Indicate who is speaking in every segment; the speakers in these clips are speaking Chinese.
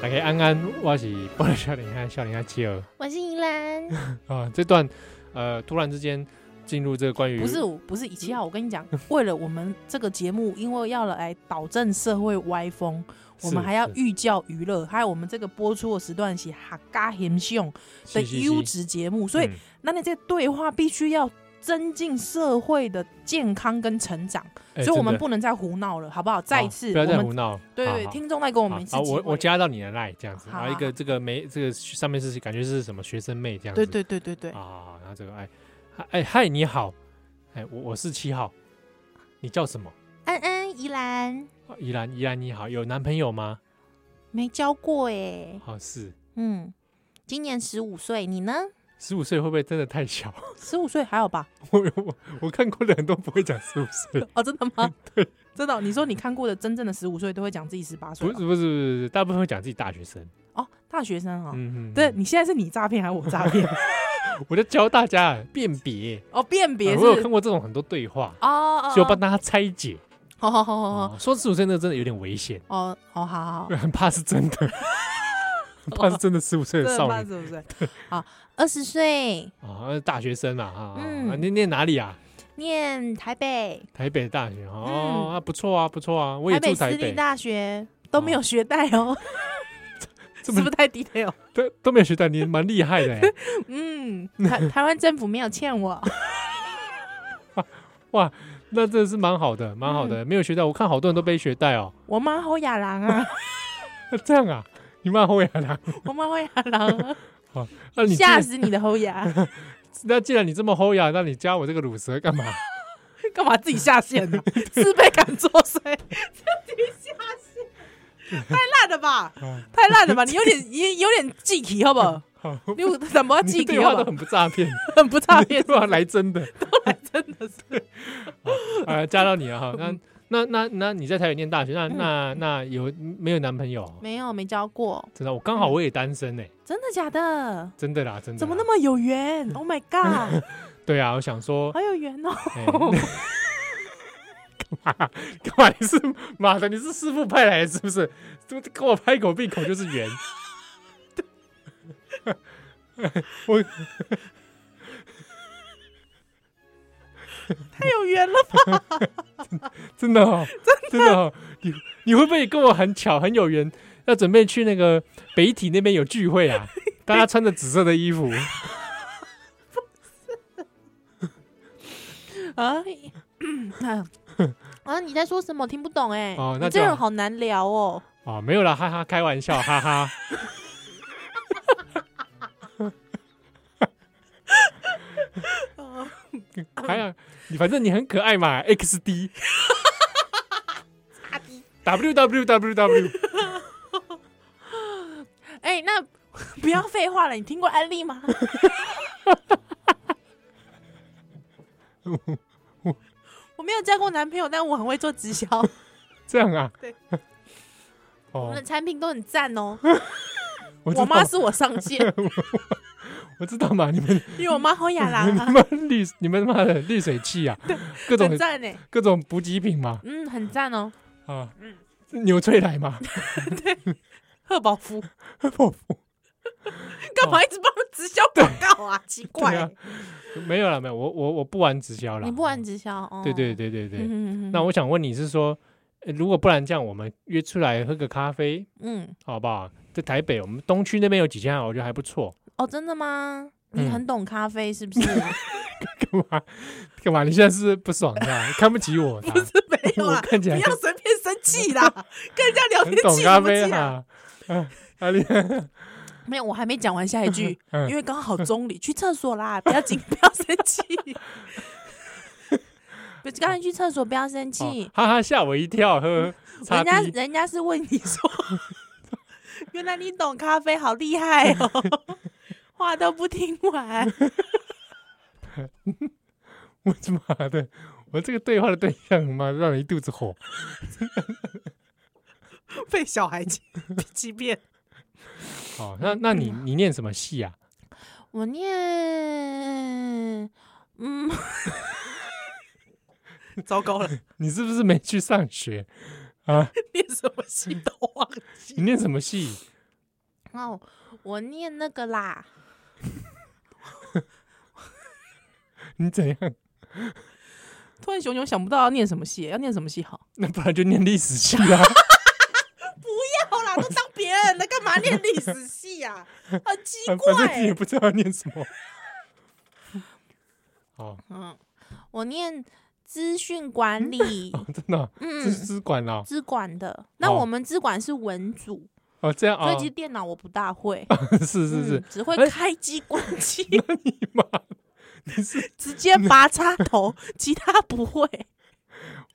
Speaker 1: 大家安安，我是波兰少年汉少年汉啊七儿
Speaker 2: 我是银 兰，
Speaker 1: 啊。这段呃，突然之间进入这个关于
Speaker 3: 不是我，不是以七
Speaker 1: 嗯
Speaker 3: 号。我跟你讲，为了我们这个节目，因为要来导正社会歪风，我
Speaker 1: 是
Speaker 3: 们还要
Speaker 1: 是
Speaker 3: 寓教于乐，还有我们这个播出的时段是哈嘎很凶的
Speaker 1: 是是
Speaker 3: 优
Speaker 1: 是
Speaker 3: 质节目，所以
Speaker 1: 嗯
Speaker 3: 那你这个对话必须要增进社会的健康跟成长，
Speaker 1: 哎
Speaker 3: 所以我们
Speaker 1: 真的
Speaker 3: 不能再胡闹了，好不好？再一
Speaker 1: 好
Speaker 3: 次，
Speaker 1: 不要
Speaker 3: 我
Speaker 1: 再
Speaker 3: 们
Speaker 1: 胡闹，
Speaker 3: 对
Speaker 1: 好
Speaker 3: 对，
Speaker 1: 好
Speaker 3: 听众再给我们
Speaker 1: 好
Speaker 3: 一次
Speaker 1: 好，
Speaker 3: 机
Speaker 1: 我我
Speaker 3: 会
Speaker 1: 加到你的 line 这样子，
Speaker 3: 好
Speaker 1: 然后一个这个没这个上面是感觉是什么学生妹这样子，
Speaker 3: 对对对对对，
Speaker 1: 啊，然后这个哎嗨哎嗨你好，哎我我是七号，你叫什么？
Speaker 2: 安安宜兰
Speaker 1: 啊依兰依兰你好，有男朋友吗？
Speaker 2: 没教过哎，
Speaker 1: 好是
Speaker 2: 嗯，今年十五岁，你呢？
Speaker 1: 十五岁会不会真的太小？
Speaker 3: 十五岁还好吧？
Speaker 1: 我我我看过的很多不会讲十五岁，
Speaker 3: 哦，真的吗？
Speaker 1: 嗯
Speaker 3: 真的哦、你说你看过的真正的十五岁都会讲自己十八岁
Speaker 1: 不
Speaker 3: 哦
Speaker 1: 是不是不是，不是大部分会讲自己大学生。
Speaker 3: 哦，大学生啊、哦。
Speaker 1: 嗯嗯，
Speaker 3: 对你现在是你 诈骗还是我诈骗？
Speaker 1: 我在教大家辨别，
Speaker 3: 哦，辨别
Speaker 1: 啊
Speaker 3: 是
Speaker 1: 我有看
Speaker 3: 哦
Speaker 1: 过这种很多对话，
Speaker 3: 哦，哦
Speaker 1: 就帮大家拆解。
Speaker 3: 好好好好好
Speaker 1: 啊说十五岁那真的有点危险，
Speaker 3: 哦哦，好好好，
Speaker 1: 很怕是真 的，很怕是真的十五岁
Speaker 3: 这
Speaker 1: 的
Speaker 3: 很
Speaker 1: 少
Speaker 3: 棒
Speaker 1: 女
Speaker 3: 是 不是？
Speaker 2: 二十岁，
Speaker 1: 啊，大学生嘛啊，
Speaker 3: 哦嗯
Speaker 1: 啊念念哪里啊？
Speaker 2: 念台北
Speaker 1: 台北大学哦，
Speaker 3: 嗯
Speaker 1: 啊不错啊不错啊，我也住台
Speaker 2: 私立
Speaker 1: 北，
Speaker 2: 大学，
Speaker 3: 都没有学贷哦，
Speaker 1: 这
Speaker 3: 是
Speaker 1: 么
Speaker 3: 不是 太 detail？
Speaker 1: 都都没有学到，你蛮厉害的欸，
Speaker 3: 嗯，台台湾政府没有欠我，
Speaker 1: 那真的是蛮好的，蛮好
Speaker 3: 嗯
Speaker 1: 的，没有学到，我看好多人都背学贷哦，
Speaker 3: 我妈侯亚郎啊，
Speaker 1: 这样啊，你蛮后悔的。
Speaker 3: 我妈侯亚郎啊，
Speaker 1: 那你既
Speaker 3: 吓死你的侯亚，
Speaker 1: 那既然你这么齁呀，那你加我这个乳蛇干
Speaker 3: 啊
Speaker 1: 嘛？
Speaker 3: 干嘛自己下线呢？ 自卑感作祟，自己下线，太烂 了吧，太烂了吧，你有点也有点忌体好不好？
Speaker 1: 好，
Speaker 3: 你有怎么
Speaker 1: 你
Speaker 3: 忌体
Speaker 1: 对话
Speaker 3: 好
Speaker 1: 都
Speaker 3: 不好
Speaker 1: 很？不诈 骗，
Speaker 3: 很 不差
Speaker 1: 你
Speaker 3: 别，
Speaker 1: 对话来真 的，
Speaker 3: 真的是。
Speaker 1: 呃，加到你了哈。那
Speaker 3: 嗯
Speaker 1: 那那那你在台北念大学，那那那有没有男朋友？
Speaker 2: 没有没教过，
Speaker 1: 真的，我刚好我也单身哎，
Speaker 3: 真的假的？
Speaker 1: 真的啊啦，真的啦。
Speaker 3: 嗯怎么那么有缘？Oh my god，
Speaker 1: 对啊？我想 说，
Speaker 3: 好有缘哦！
Speaker 1: 哎干嘛干嘛？你是妈的，你是师傅派来的是不是？ 这跟我拍狗闭口就是缘。我
Speaker 3: 太有缘 了吧？
Speaker 1: 真的哦，真的哦，你你会不会跟我很巧很有缘？要准备去那个北体那边有聚会啊？大家穿着紫色的衣服，
Speaker 3: 啊， 嗯
Speaker 2: 哎啊，你在说什么？我听不懂哎，
Speaker 1: 哦那
Speaker 2: 你这
Speaker 1: 就
Speaker 2: 人好难聊哦，
Speaker 1: 哦，没有啦，哈哈，开玩笑，哈哈。还有，啊你反正你很可爱嘛，XD。W W W W，
Speaker 3: 哎， 那不要废话了，你听过安利吗？我没有交过男朋友，但我很会做直销，
Speaker 1: 哦这样啊？
Speaker 3: 对。
Speaker 2: 我们
Speaker 1: 哦
Speaker 2: 的，产品都很赞哦，
Speaker 1: 我知
Speaker 3: 我妈
Speaker 1: 道，
Speaker 3: 是我 上线，
Speaker 1: 我知道嘛，你们
Speaker 3: 因为我妈侯亚 郎
Speaker 1: 你
Speaker 3: 啊，
Speaker 1: 们滤你们妈的滤水器啊，各种
Speaker 3: 很赞呢，
Speaker 1: 各种补给品嘛，
Speaker 3: 嗯，很赞哦，
Speaker 1: 啊，牛翠来 嘛，
Speaker 3: 贺宝福，
Speaker 1: 泡
Speaker 3: 哦
Speaker 1: 芙
Speaker 3: 干嘛一直帮他直销广告啊？奇怪
Speaker 1: 对啊
Speaker 3: 欸，
Speaker 1: 没有了，没有，我我我不玩直销了，
Speaker 2: 你不玩直销哦，
Speaker 1: 对对对对对。
Speaker 3: 嗯
Speaker 1: 那我想问你是说，呃如果不然这样，我们约出来喝个咖啡
Speaker 2: 嗯，
Speaker 1: 好不好？在台北，我们东区那边有几家，我觉得还不错。
Speaker 2: 哦，真的吗？你
Speaker 1: 嗯
Speaker 2: 很懂咖啡是 不是？
Speaker 1: 干嘛干嘛？你现在是不是不爽是吧？看不起 我？不是
Speaker 3: 没有
Speaker 1: 我
Speaker 3: 啦，
Speaker 1: 看起
Speaker 3: 不
Speaker 1: 来
Speaker 3: 要随便生气 啦，跟人家聊
Speaker 1: 很
Speaker 3: 天
Speaker 1: 懂
Speaker 3: 气
Speaker 1: 咖
Speaker 3: 什么
Speaker 1: 啡
Speaker 3: 气啊？
Speaker 1: 啊。啊，阿丽，，
Speaker 3: 没有，我还没讲完下一句
Speaker 1: 嗯
Speaker 3: 因为刚好中里去厕所啦，不要紧，不要生气。
Speaker 2: 不是，刚才去厕所不要生气
Speaker 1: 哦，哈哈，吓我一跳，呵呵，擦
Speaker 2: 人家
Speaker 1: 逼，
Speaker 2: 人家是问 你说，
Speaker 3: 原来你懂咖啡，好厉害 哦！话都不听完，
Speaker 1: 我他妈的，我这个啊对话的对象，妈让人一肚子火。
Speaker 3: 被小孩欺欺骗。
Speaker 1: 哦，那那 你你念什么系啊？
Speaker 2: 我念， 嗯，
Speaker 3: 糟糕了，
Speaker 1: 你是不是 没去上学啊？
Speaker 3: 念什么戏都忘记。
Speaker 1: 你念什么系？
Speaker 3: 哦，我念那个啦，
Speaker 1: 你怎 样？
Speaker 2: 突然熊熊想不到要念什么戏，要念什么戏 好？
Speaker 1: 那不然就念历史系啊啦。
Speaker 2: 好啦，都当别人的，干嘛念历史系啊？很奇
Speaker 1: 反正你也不知道要念什么。 哦
Speaker 2: 嗯，
Speaker 3: 我念资讯 管理，
Speaker 1: 哦，真的哦，这是
Speaker 3: 嗯，
Speaker 1: 资管啊啦。
Speaker 3: 资管的。那
Speaker 1: 哦
Speaker 3: 我们资管是文组，
Speaker 1: 哦，这样
Speaker 3: 所
Speaker 1: 啊
Speaker 3: 以其，实电脑我不 大会，
Speaker 1: 是是是
Speaker 3: 嗯，只会
Speaker 1: 哎
Speaker 3: 开机关机，
Speaker 1: 你
Speaker 3: 嗯
Speaker 1: 妈，你是
Speaker 3: 直接拔插头，其他不会。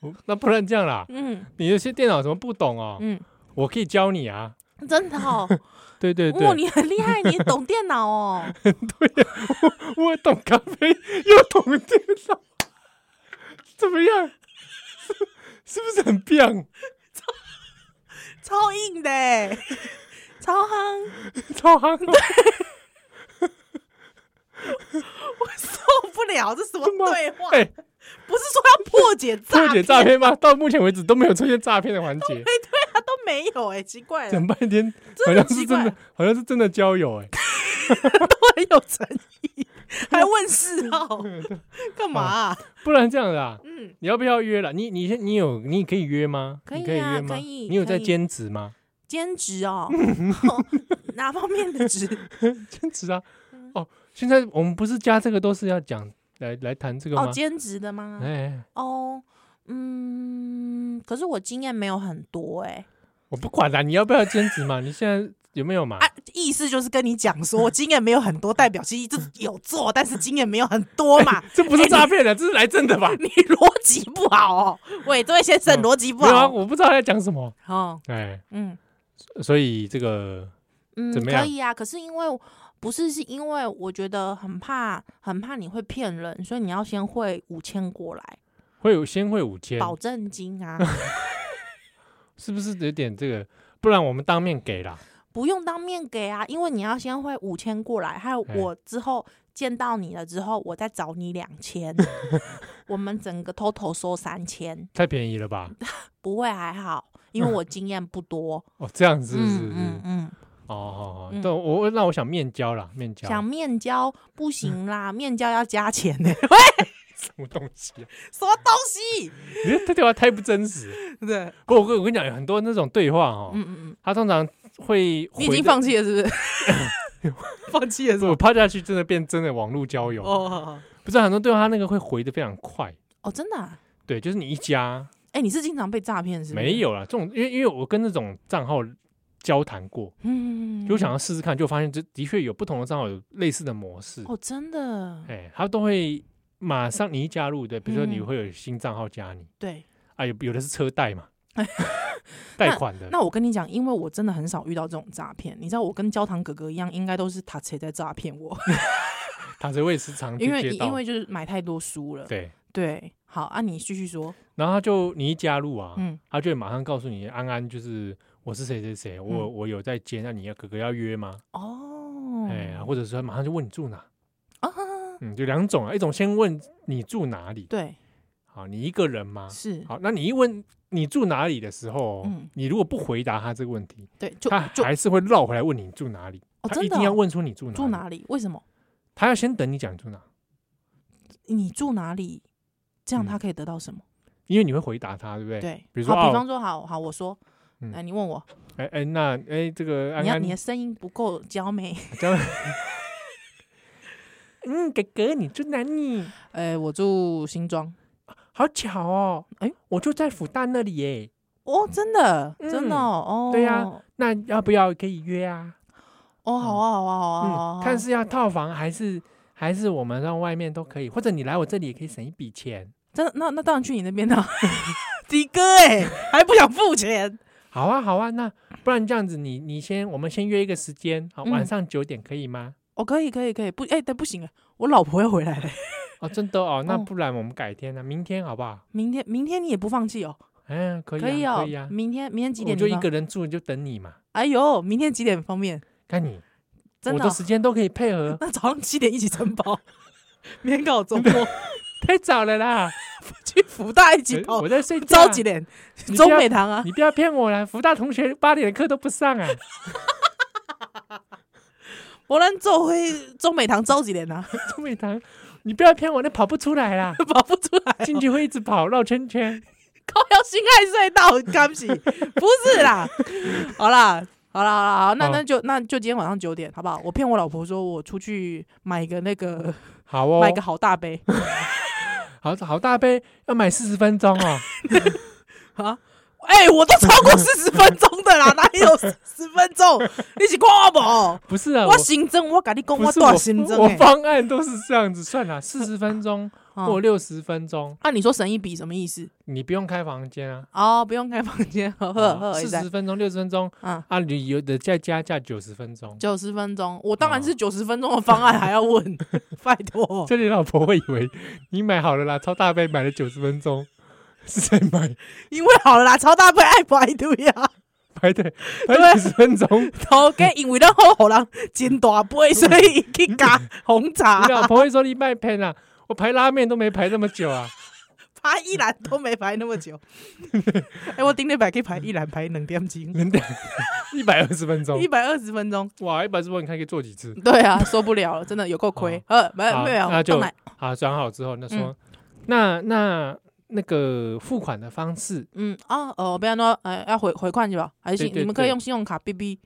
Speaker 1: 我那不然这样啦，
Speaker 3: 嗯
Speaker 1: 你有些电脑怎么不懂哦？
Speaker 3: 嗯，
Speaker 1: 我可以教你啊。
Speaker 3: 真的哦，
Speaker 1: 对对 对，
Speaker 3: 哇，你很厉害，你懂电脑哦。
Speaker 1: 我懂咖啡，又懂电脑， 怎么样？ 是是不是很棒？
Speaker 2: 超硬的、欸，
Speaker 3: 超夯，
Speaker 1: 超夯哦！
Speaker 2: 受不了，这什么对话？
Speaker 1: 哎，
Speaker 2: 不是说要破解诈
Speaker 1: 破
Speaker 2: 骗，
Speaker 1: 解诈骗吗？到目前为止都没有出现诈骗的环 节，
Speaker 2: 他都没有哎、奇怪了，
Speaker 1: 讲半天好像
Speaker 2: 真的很奇
Speaker 1: 是
Speaker 2: 怪
Speaker 1: 真的，，好像是真的交友哎。
Speaker 2: 都很有诚意，还问嗜好， 干嘛啊、
Speaker 1: 不然这样的啊，
Speaker 2: 嗯，
Speaker 1: 你要不要约了？你你你有你可以约吗？
Speaker 3: 可以啊
Speaker 1: 你可约吗？
Speaker 3: 可以
Speaker 1: 你有在
Speaker 3: 可以
Speaker 1: 兼职 吗？
Speaker 3: 兼职 哦，哪方面的职？
Speaker 1: 兼职啊！
Speaker 3: 嗯
Speaker 1: 哦，现在我们不是加这个都是要讲来来谈这个
Speaker 3: 哦，
Speaker 1: 吗？
Speaker 3: 兼职的吗？
Speaker 1: 哎，
Speaker 3: 哦，嗯，可是我经验没有很多
Speaker 2: 欸
Speaker 3: 哎、
Speaker 1: 我不管啦，你要不要兼职嘛？你现在有没有嘛？
Speaker 2: 啊，意思就是跟你讲说，我经验没有很多，代表其实这有做，但是经验没有很多嘛。
Speaker 1: 这
Speaker 3: 哎
Speaker 1: 不是诈骗的，这是来真的 吧？
Speaker 3: 哦
Speaker 2: 你逻辑不好哦，喂，这位先生
Speaker 1: 嗯
Speaker 2: 逻辑不
Speaker 1: 没有啊，
Speaker 2: 好
Speaker 1: 我不知道在讲什么。
Speaker 2: 哦，
Speaker 1: 哎，
Speaker 2: 嗯，
Speaker 1: 所以这个
Speaker 3: 嗯
Speaker 1: 怎，么
Speaker 3: 可
Speaker 1: 样
Speaker 3: 以啊。可是因为我不是是因为我觉得很怕，很怕你会骗人，所以你要先汇五千过来，
Speaker 1: 会有先会五千，
Speaker 3: 保证金 啊，
Speaker 1: 是不是有点这个？不然我们当面给啦。
Speaker 3: 不用当面给啊，因为你要先汇五千过来，还有
Speaker 1: 哎
Speaker 3: 我之后见到你了之后，我再找你两 千，我们整个 total 收三千，
Speaker 1: 太便宜了吧？
Speaker 3: 嗯不会还好，因为我经验不多。
Speaker 1: 哦，这样子 是不是？
Speaker 3: 嗯嗯嗯，
Speaker 1: 哦哦哦
Speaker 3: 嗯，
Speaker 1: 但我我那我想面交啦，面交
Speaker 3: 想面交不
Speaker 1: 嗯
Speaker 3: 行啦，面交要加钱呢、
Speaker 1: 什么东西啊？
Speaker 2: 什么东西？
Speaker 1: 你这对话太不真实了。
Speaker 2: 对，
Speaker 1: 不，我跟我跟你讲，有很多那种对话哦，
Speaker 3: 嗯嗯嗯，
Speaker 1: 他通常会
Speaker 2: 你已经
Speaker 1: 回
Speaker 2: 放弃了是不是？ 放弃了是
Speaker 1: 的，
Speaker 2: 吧？
Speaker 1: 我趴下去真的变真的网络交友，
Speaker 2: 哦，好好
Speaker 1: 不是很多对话他那个会回的非常快，
Speaker 3: 哦，真的、啊。
Speaker 1: 对，就是你一加
Speaker 3: 哎、你是经常被诈骗是不是？
Speaker 1: 没，有啦，这种因为因为我跟那种账号交谈过，
Speaker 3: 嗯，
Speaker 1: 就想要试试看，就发现这的确有不同的账号有类似的模式，
Speaker 3: 哦，真的，
Speaker 1: 哎，他都会马上你一加入，对，比如说你
Speaker 3: 嗯
Speaker 1: 会有新账号加你
Speaker 3: 对。
Speaker 1: 啊，有有的是车贷 嘛，贷款的，
Speaker 2: 那我跟你讲，因为我真的很少遇到这种诈骗，你知道，我跟焦糖哥哥一样，应该都是他谁在诈骗我，
Speaker 1: 他才会时常去
Speaker 2: 因为
Speaker 1: 接到
Speaker 2: 因，为就是买太多书了。
Speaker 1: 对，
Speaker 2: 对，好啊，你继续说。
Speaker 1: 然后他就你一加入啊，
Speaker 2: 嗯
Speaker 1: 他就会马上告诉你，安安就是我是谁谁谁，我、
Speaker 2: 嗯
Speaker 1: 我有在接，那你要哥哥要约吗？
Speaker 3: 哦，
Speaker 1: 哎、或者是他马上就问你住哪，
Speaker 3: 啊，
Speaker 1: 嗯，就两种啊，一种先问你住哪里，
Speaker 2: 哦对，
Speaker 1: 好，你一个人吗？
Speaker 2: 是，
Speaker 1: 好，那你一问你住哪里的时候，哦
Speaker 2: 嗯
Speaker 1: 你如果不回答他这个问题，
Speaker 2: 对，就
Speaker 1: 他
Speaker 2: 就
Speaker 1: 还是会绕回来问你住哪里，
Speaker 2: 哦，
Speaker 1: 他
Speaker 2: 真
Speaker 1: 一
Speaker 2: 的
Speaker 1: 定要
Speaker 2: 哦
Speaker 1: 问出你住哪里，
Speaker 3: 住哪里？为什么？
Speaker 1: 他要先等你讲你住哪，
Speaker 3: 你住哪里？这样
Speaker 1: 嗯
Speaker 3: 他可以得到什么？
Speaker 1: 因为你会回答他，对不对？
Speaker 3: 对，
Speaker 1: 比如说哦
Speaker 3: 好，比方说，好好，我说，
Speaker 1: 嗯
Speaker 3: 哎，你问我，
Speaker 1: 哎哎，那哎这个安
Speaker 3: 你要
Speaker 1: 安
Speaker 3: 你的声音不够 娇美，
Speaker 1: 这样，嗯，哥哥你住哪里？
Speaker 2: 哎，我住新庄，
Speaker 1: 好巧哦，
Speaker 2: 哎
Speaker 1: 我就在福大那里耶。
Speaker 2: 哦，真的，真的
Speaker 1: 嗯
Speaker 2: 哦，哦
Speaker 1: 对呀那要不要可以约啊？
Speaker 2: 哦，好啊，好啊，好啊好啊，好
Speaker 1: 嗯，
Speaker 2: 啊
Speaker 1: 看是要套房还是还是我们让外面都可以，或者你来我这里也可以省一笔钱。
Speaker 2: 真的，那那当然去你那边 的，迪哥，哎，还不想付钱，
Speaker 1: 好啊，好啊，那不然这样子你，你先，我们先约一个时间，好，
Speaker 2: 嗯
Speaker 1: 晚上九点可以吗？
Speaker 2: 哦，可以，可以，可以，不，哎，但不行啊，我老婆要回来了，
Speaker 1: 哦，真的哦，那
Speaker 2: 哦
Speaker 1: 不然我们改天啊，明天好不好？
Speaker 2: 明天，明天你也不放弃哦，
Speaker 1: 嗯，可以、啊，
Speaker 2: 可以
Speaker 1: 可
Speaker 2: 哦
Speaker 1: 以啊，，
Speaker 2: 明天，明天几
Speaker 1: 我
Speaker 2: 点？
Speaker 1: 就一个，人住，就等你嘛。
Speaker 2: 哎呦，明天几点方便？
Speaker 1: 看你，
Speaker 2: 真
Speaker 1: 我
Speaker 2: 的
Speaker 1: 的
Speaker 2: 哦，
Speaker 1: 时间都可以配合
Speaker 2: ，那早上七点一起晨跑，明天刚好周末
Speaker 1: 太早了啦，
Speaker 2: 去福大一起跑
Speaker 1: 哎我，在睡觉啊
Speaker 2: 早。几点？
Speaker 1: 你不要
Speaker 2: 中美堂啊，
Speaker 1: 你不要骗我啦！福大同学八点的课都不上啊！
Speaker 3: 我咱做回中美堂周几年啊，
Speaker 1: 中美堂，你不要骗我，那跑不出来 啦，
Speaker 3: 跑不出
Speaker 2: 哎
Speaker 3: 来、
Speaker 1: 进去会一直跑绕圈圈。
Speaker 3: 靠要辛亥隧道，干不起，不是啦，好啦。好啦好啦好，那
Speaker 1: 好
Speaker 3: 那就那就今天晚上九点，好不好？我骗我老婆说我出去买个那个
Speaker 1: 好
Speaker 2: Oh
Speaker 1: 哦
Speaker 3: 买，个好大杯
Speaker 1: 好好大杯，要买四十分钟哦。
Speaker 3: 啊！哎、我都超过四十分钟的啦，哪有十分钟？你是看 我
Speaker 1: 不是啊，
Speaker 3: 无？
Speaker 1: 我
Speaker 3: 我行政，我跟你讲，
Speaker 1: 不是
Speaker 3: 大行政、
Speaker 1: 我
Speaker 3: 欸。
Speaker 1: 方案都是这样子算啦，四十分钟
Speaker 3: 嗯
Speaker 1: 或六十分钟，
Speaker 3: 啊，你说省一笔什么意思？
Speaker 1: 你不用开房间啊。哦
Speaker 3: 哦，不用开房间，呵呵呵，
Speaker 1: 四
Speaker 3: 在
Speaker 1: 十分钟、六十分钟
Speaker 3: 啊，
Speaker 1: 啊，旅游的再加价九十分钟。
Speaker 3: 九十分钟，我当然是九十分钟的方案，还要问？ 拜托，
Speaker 1: 这里老婆会以为你买好了啦，超大杯买了九十分钟，是在买
Speaker 3: 因为好了啦，超大杯爱排队啊，
Speaker 1: 排队排九十分 钟。你
Speaker 3: 头家因为咱好好人真大杯，所以去 加红
Speaker 1: 老
Speaker 3: 茶，
Speaker 1: 婆会说你卖喷啊，我排拉面都没排那么久啊。
Speaker 3: 排一兰都没排那么 久。哎，我顶礼拜去排一兰，排两点钟，
Speaker 1: 能等一百二十分钟
Speaker 3: 一，百二十分钟。
Speaker 1: 哇，一百二十分钟你看可以做几次？
Speaker 3: 对啊，受不了了，真的有够亏。呃，没有
Speaker 1: 好
Speaker 3: 没有，
Speaker 1: 那就
Speaker 3: 当然
Speaker 1: 好，转好之后，那
Speaker 3: 嗯
Speaker 1: 说、那那那个付款的方式
Speaker 3: 嗯啊哦，不要说呃要回回款去吧，还是
Speaker 1: 对对
Speaker 3: 你们可以
Speaker 1: 对
Speaker 3: 用信用卡 B B，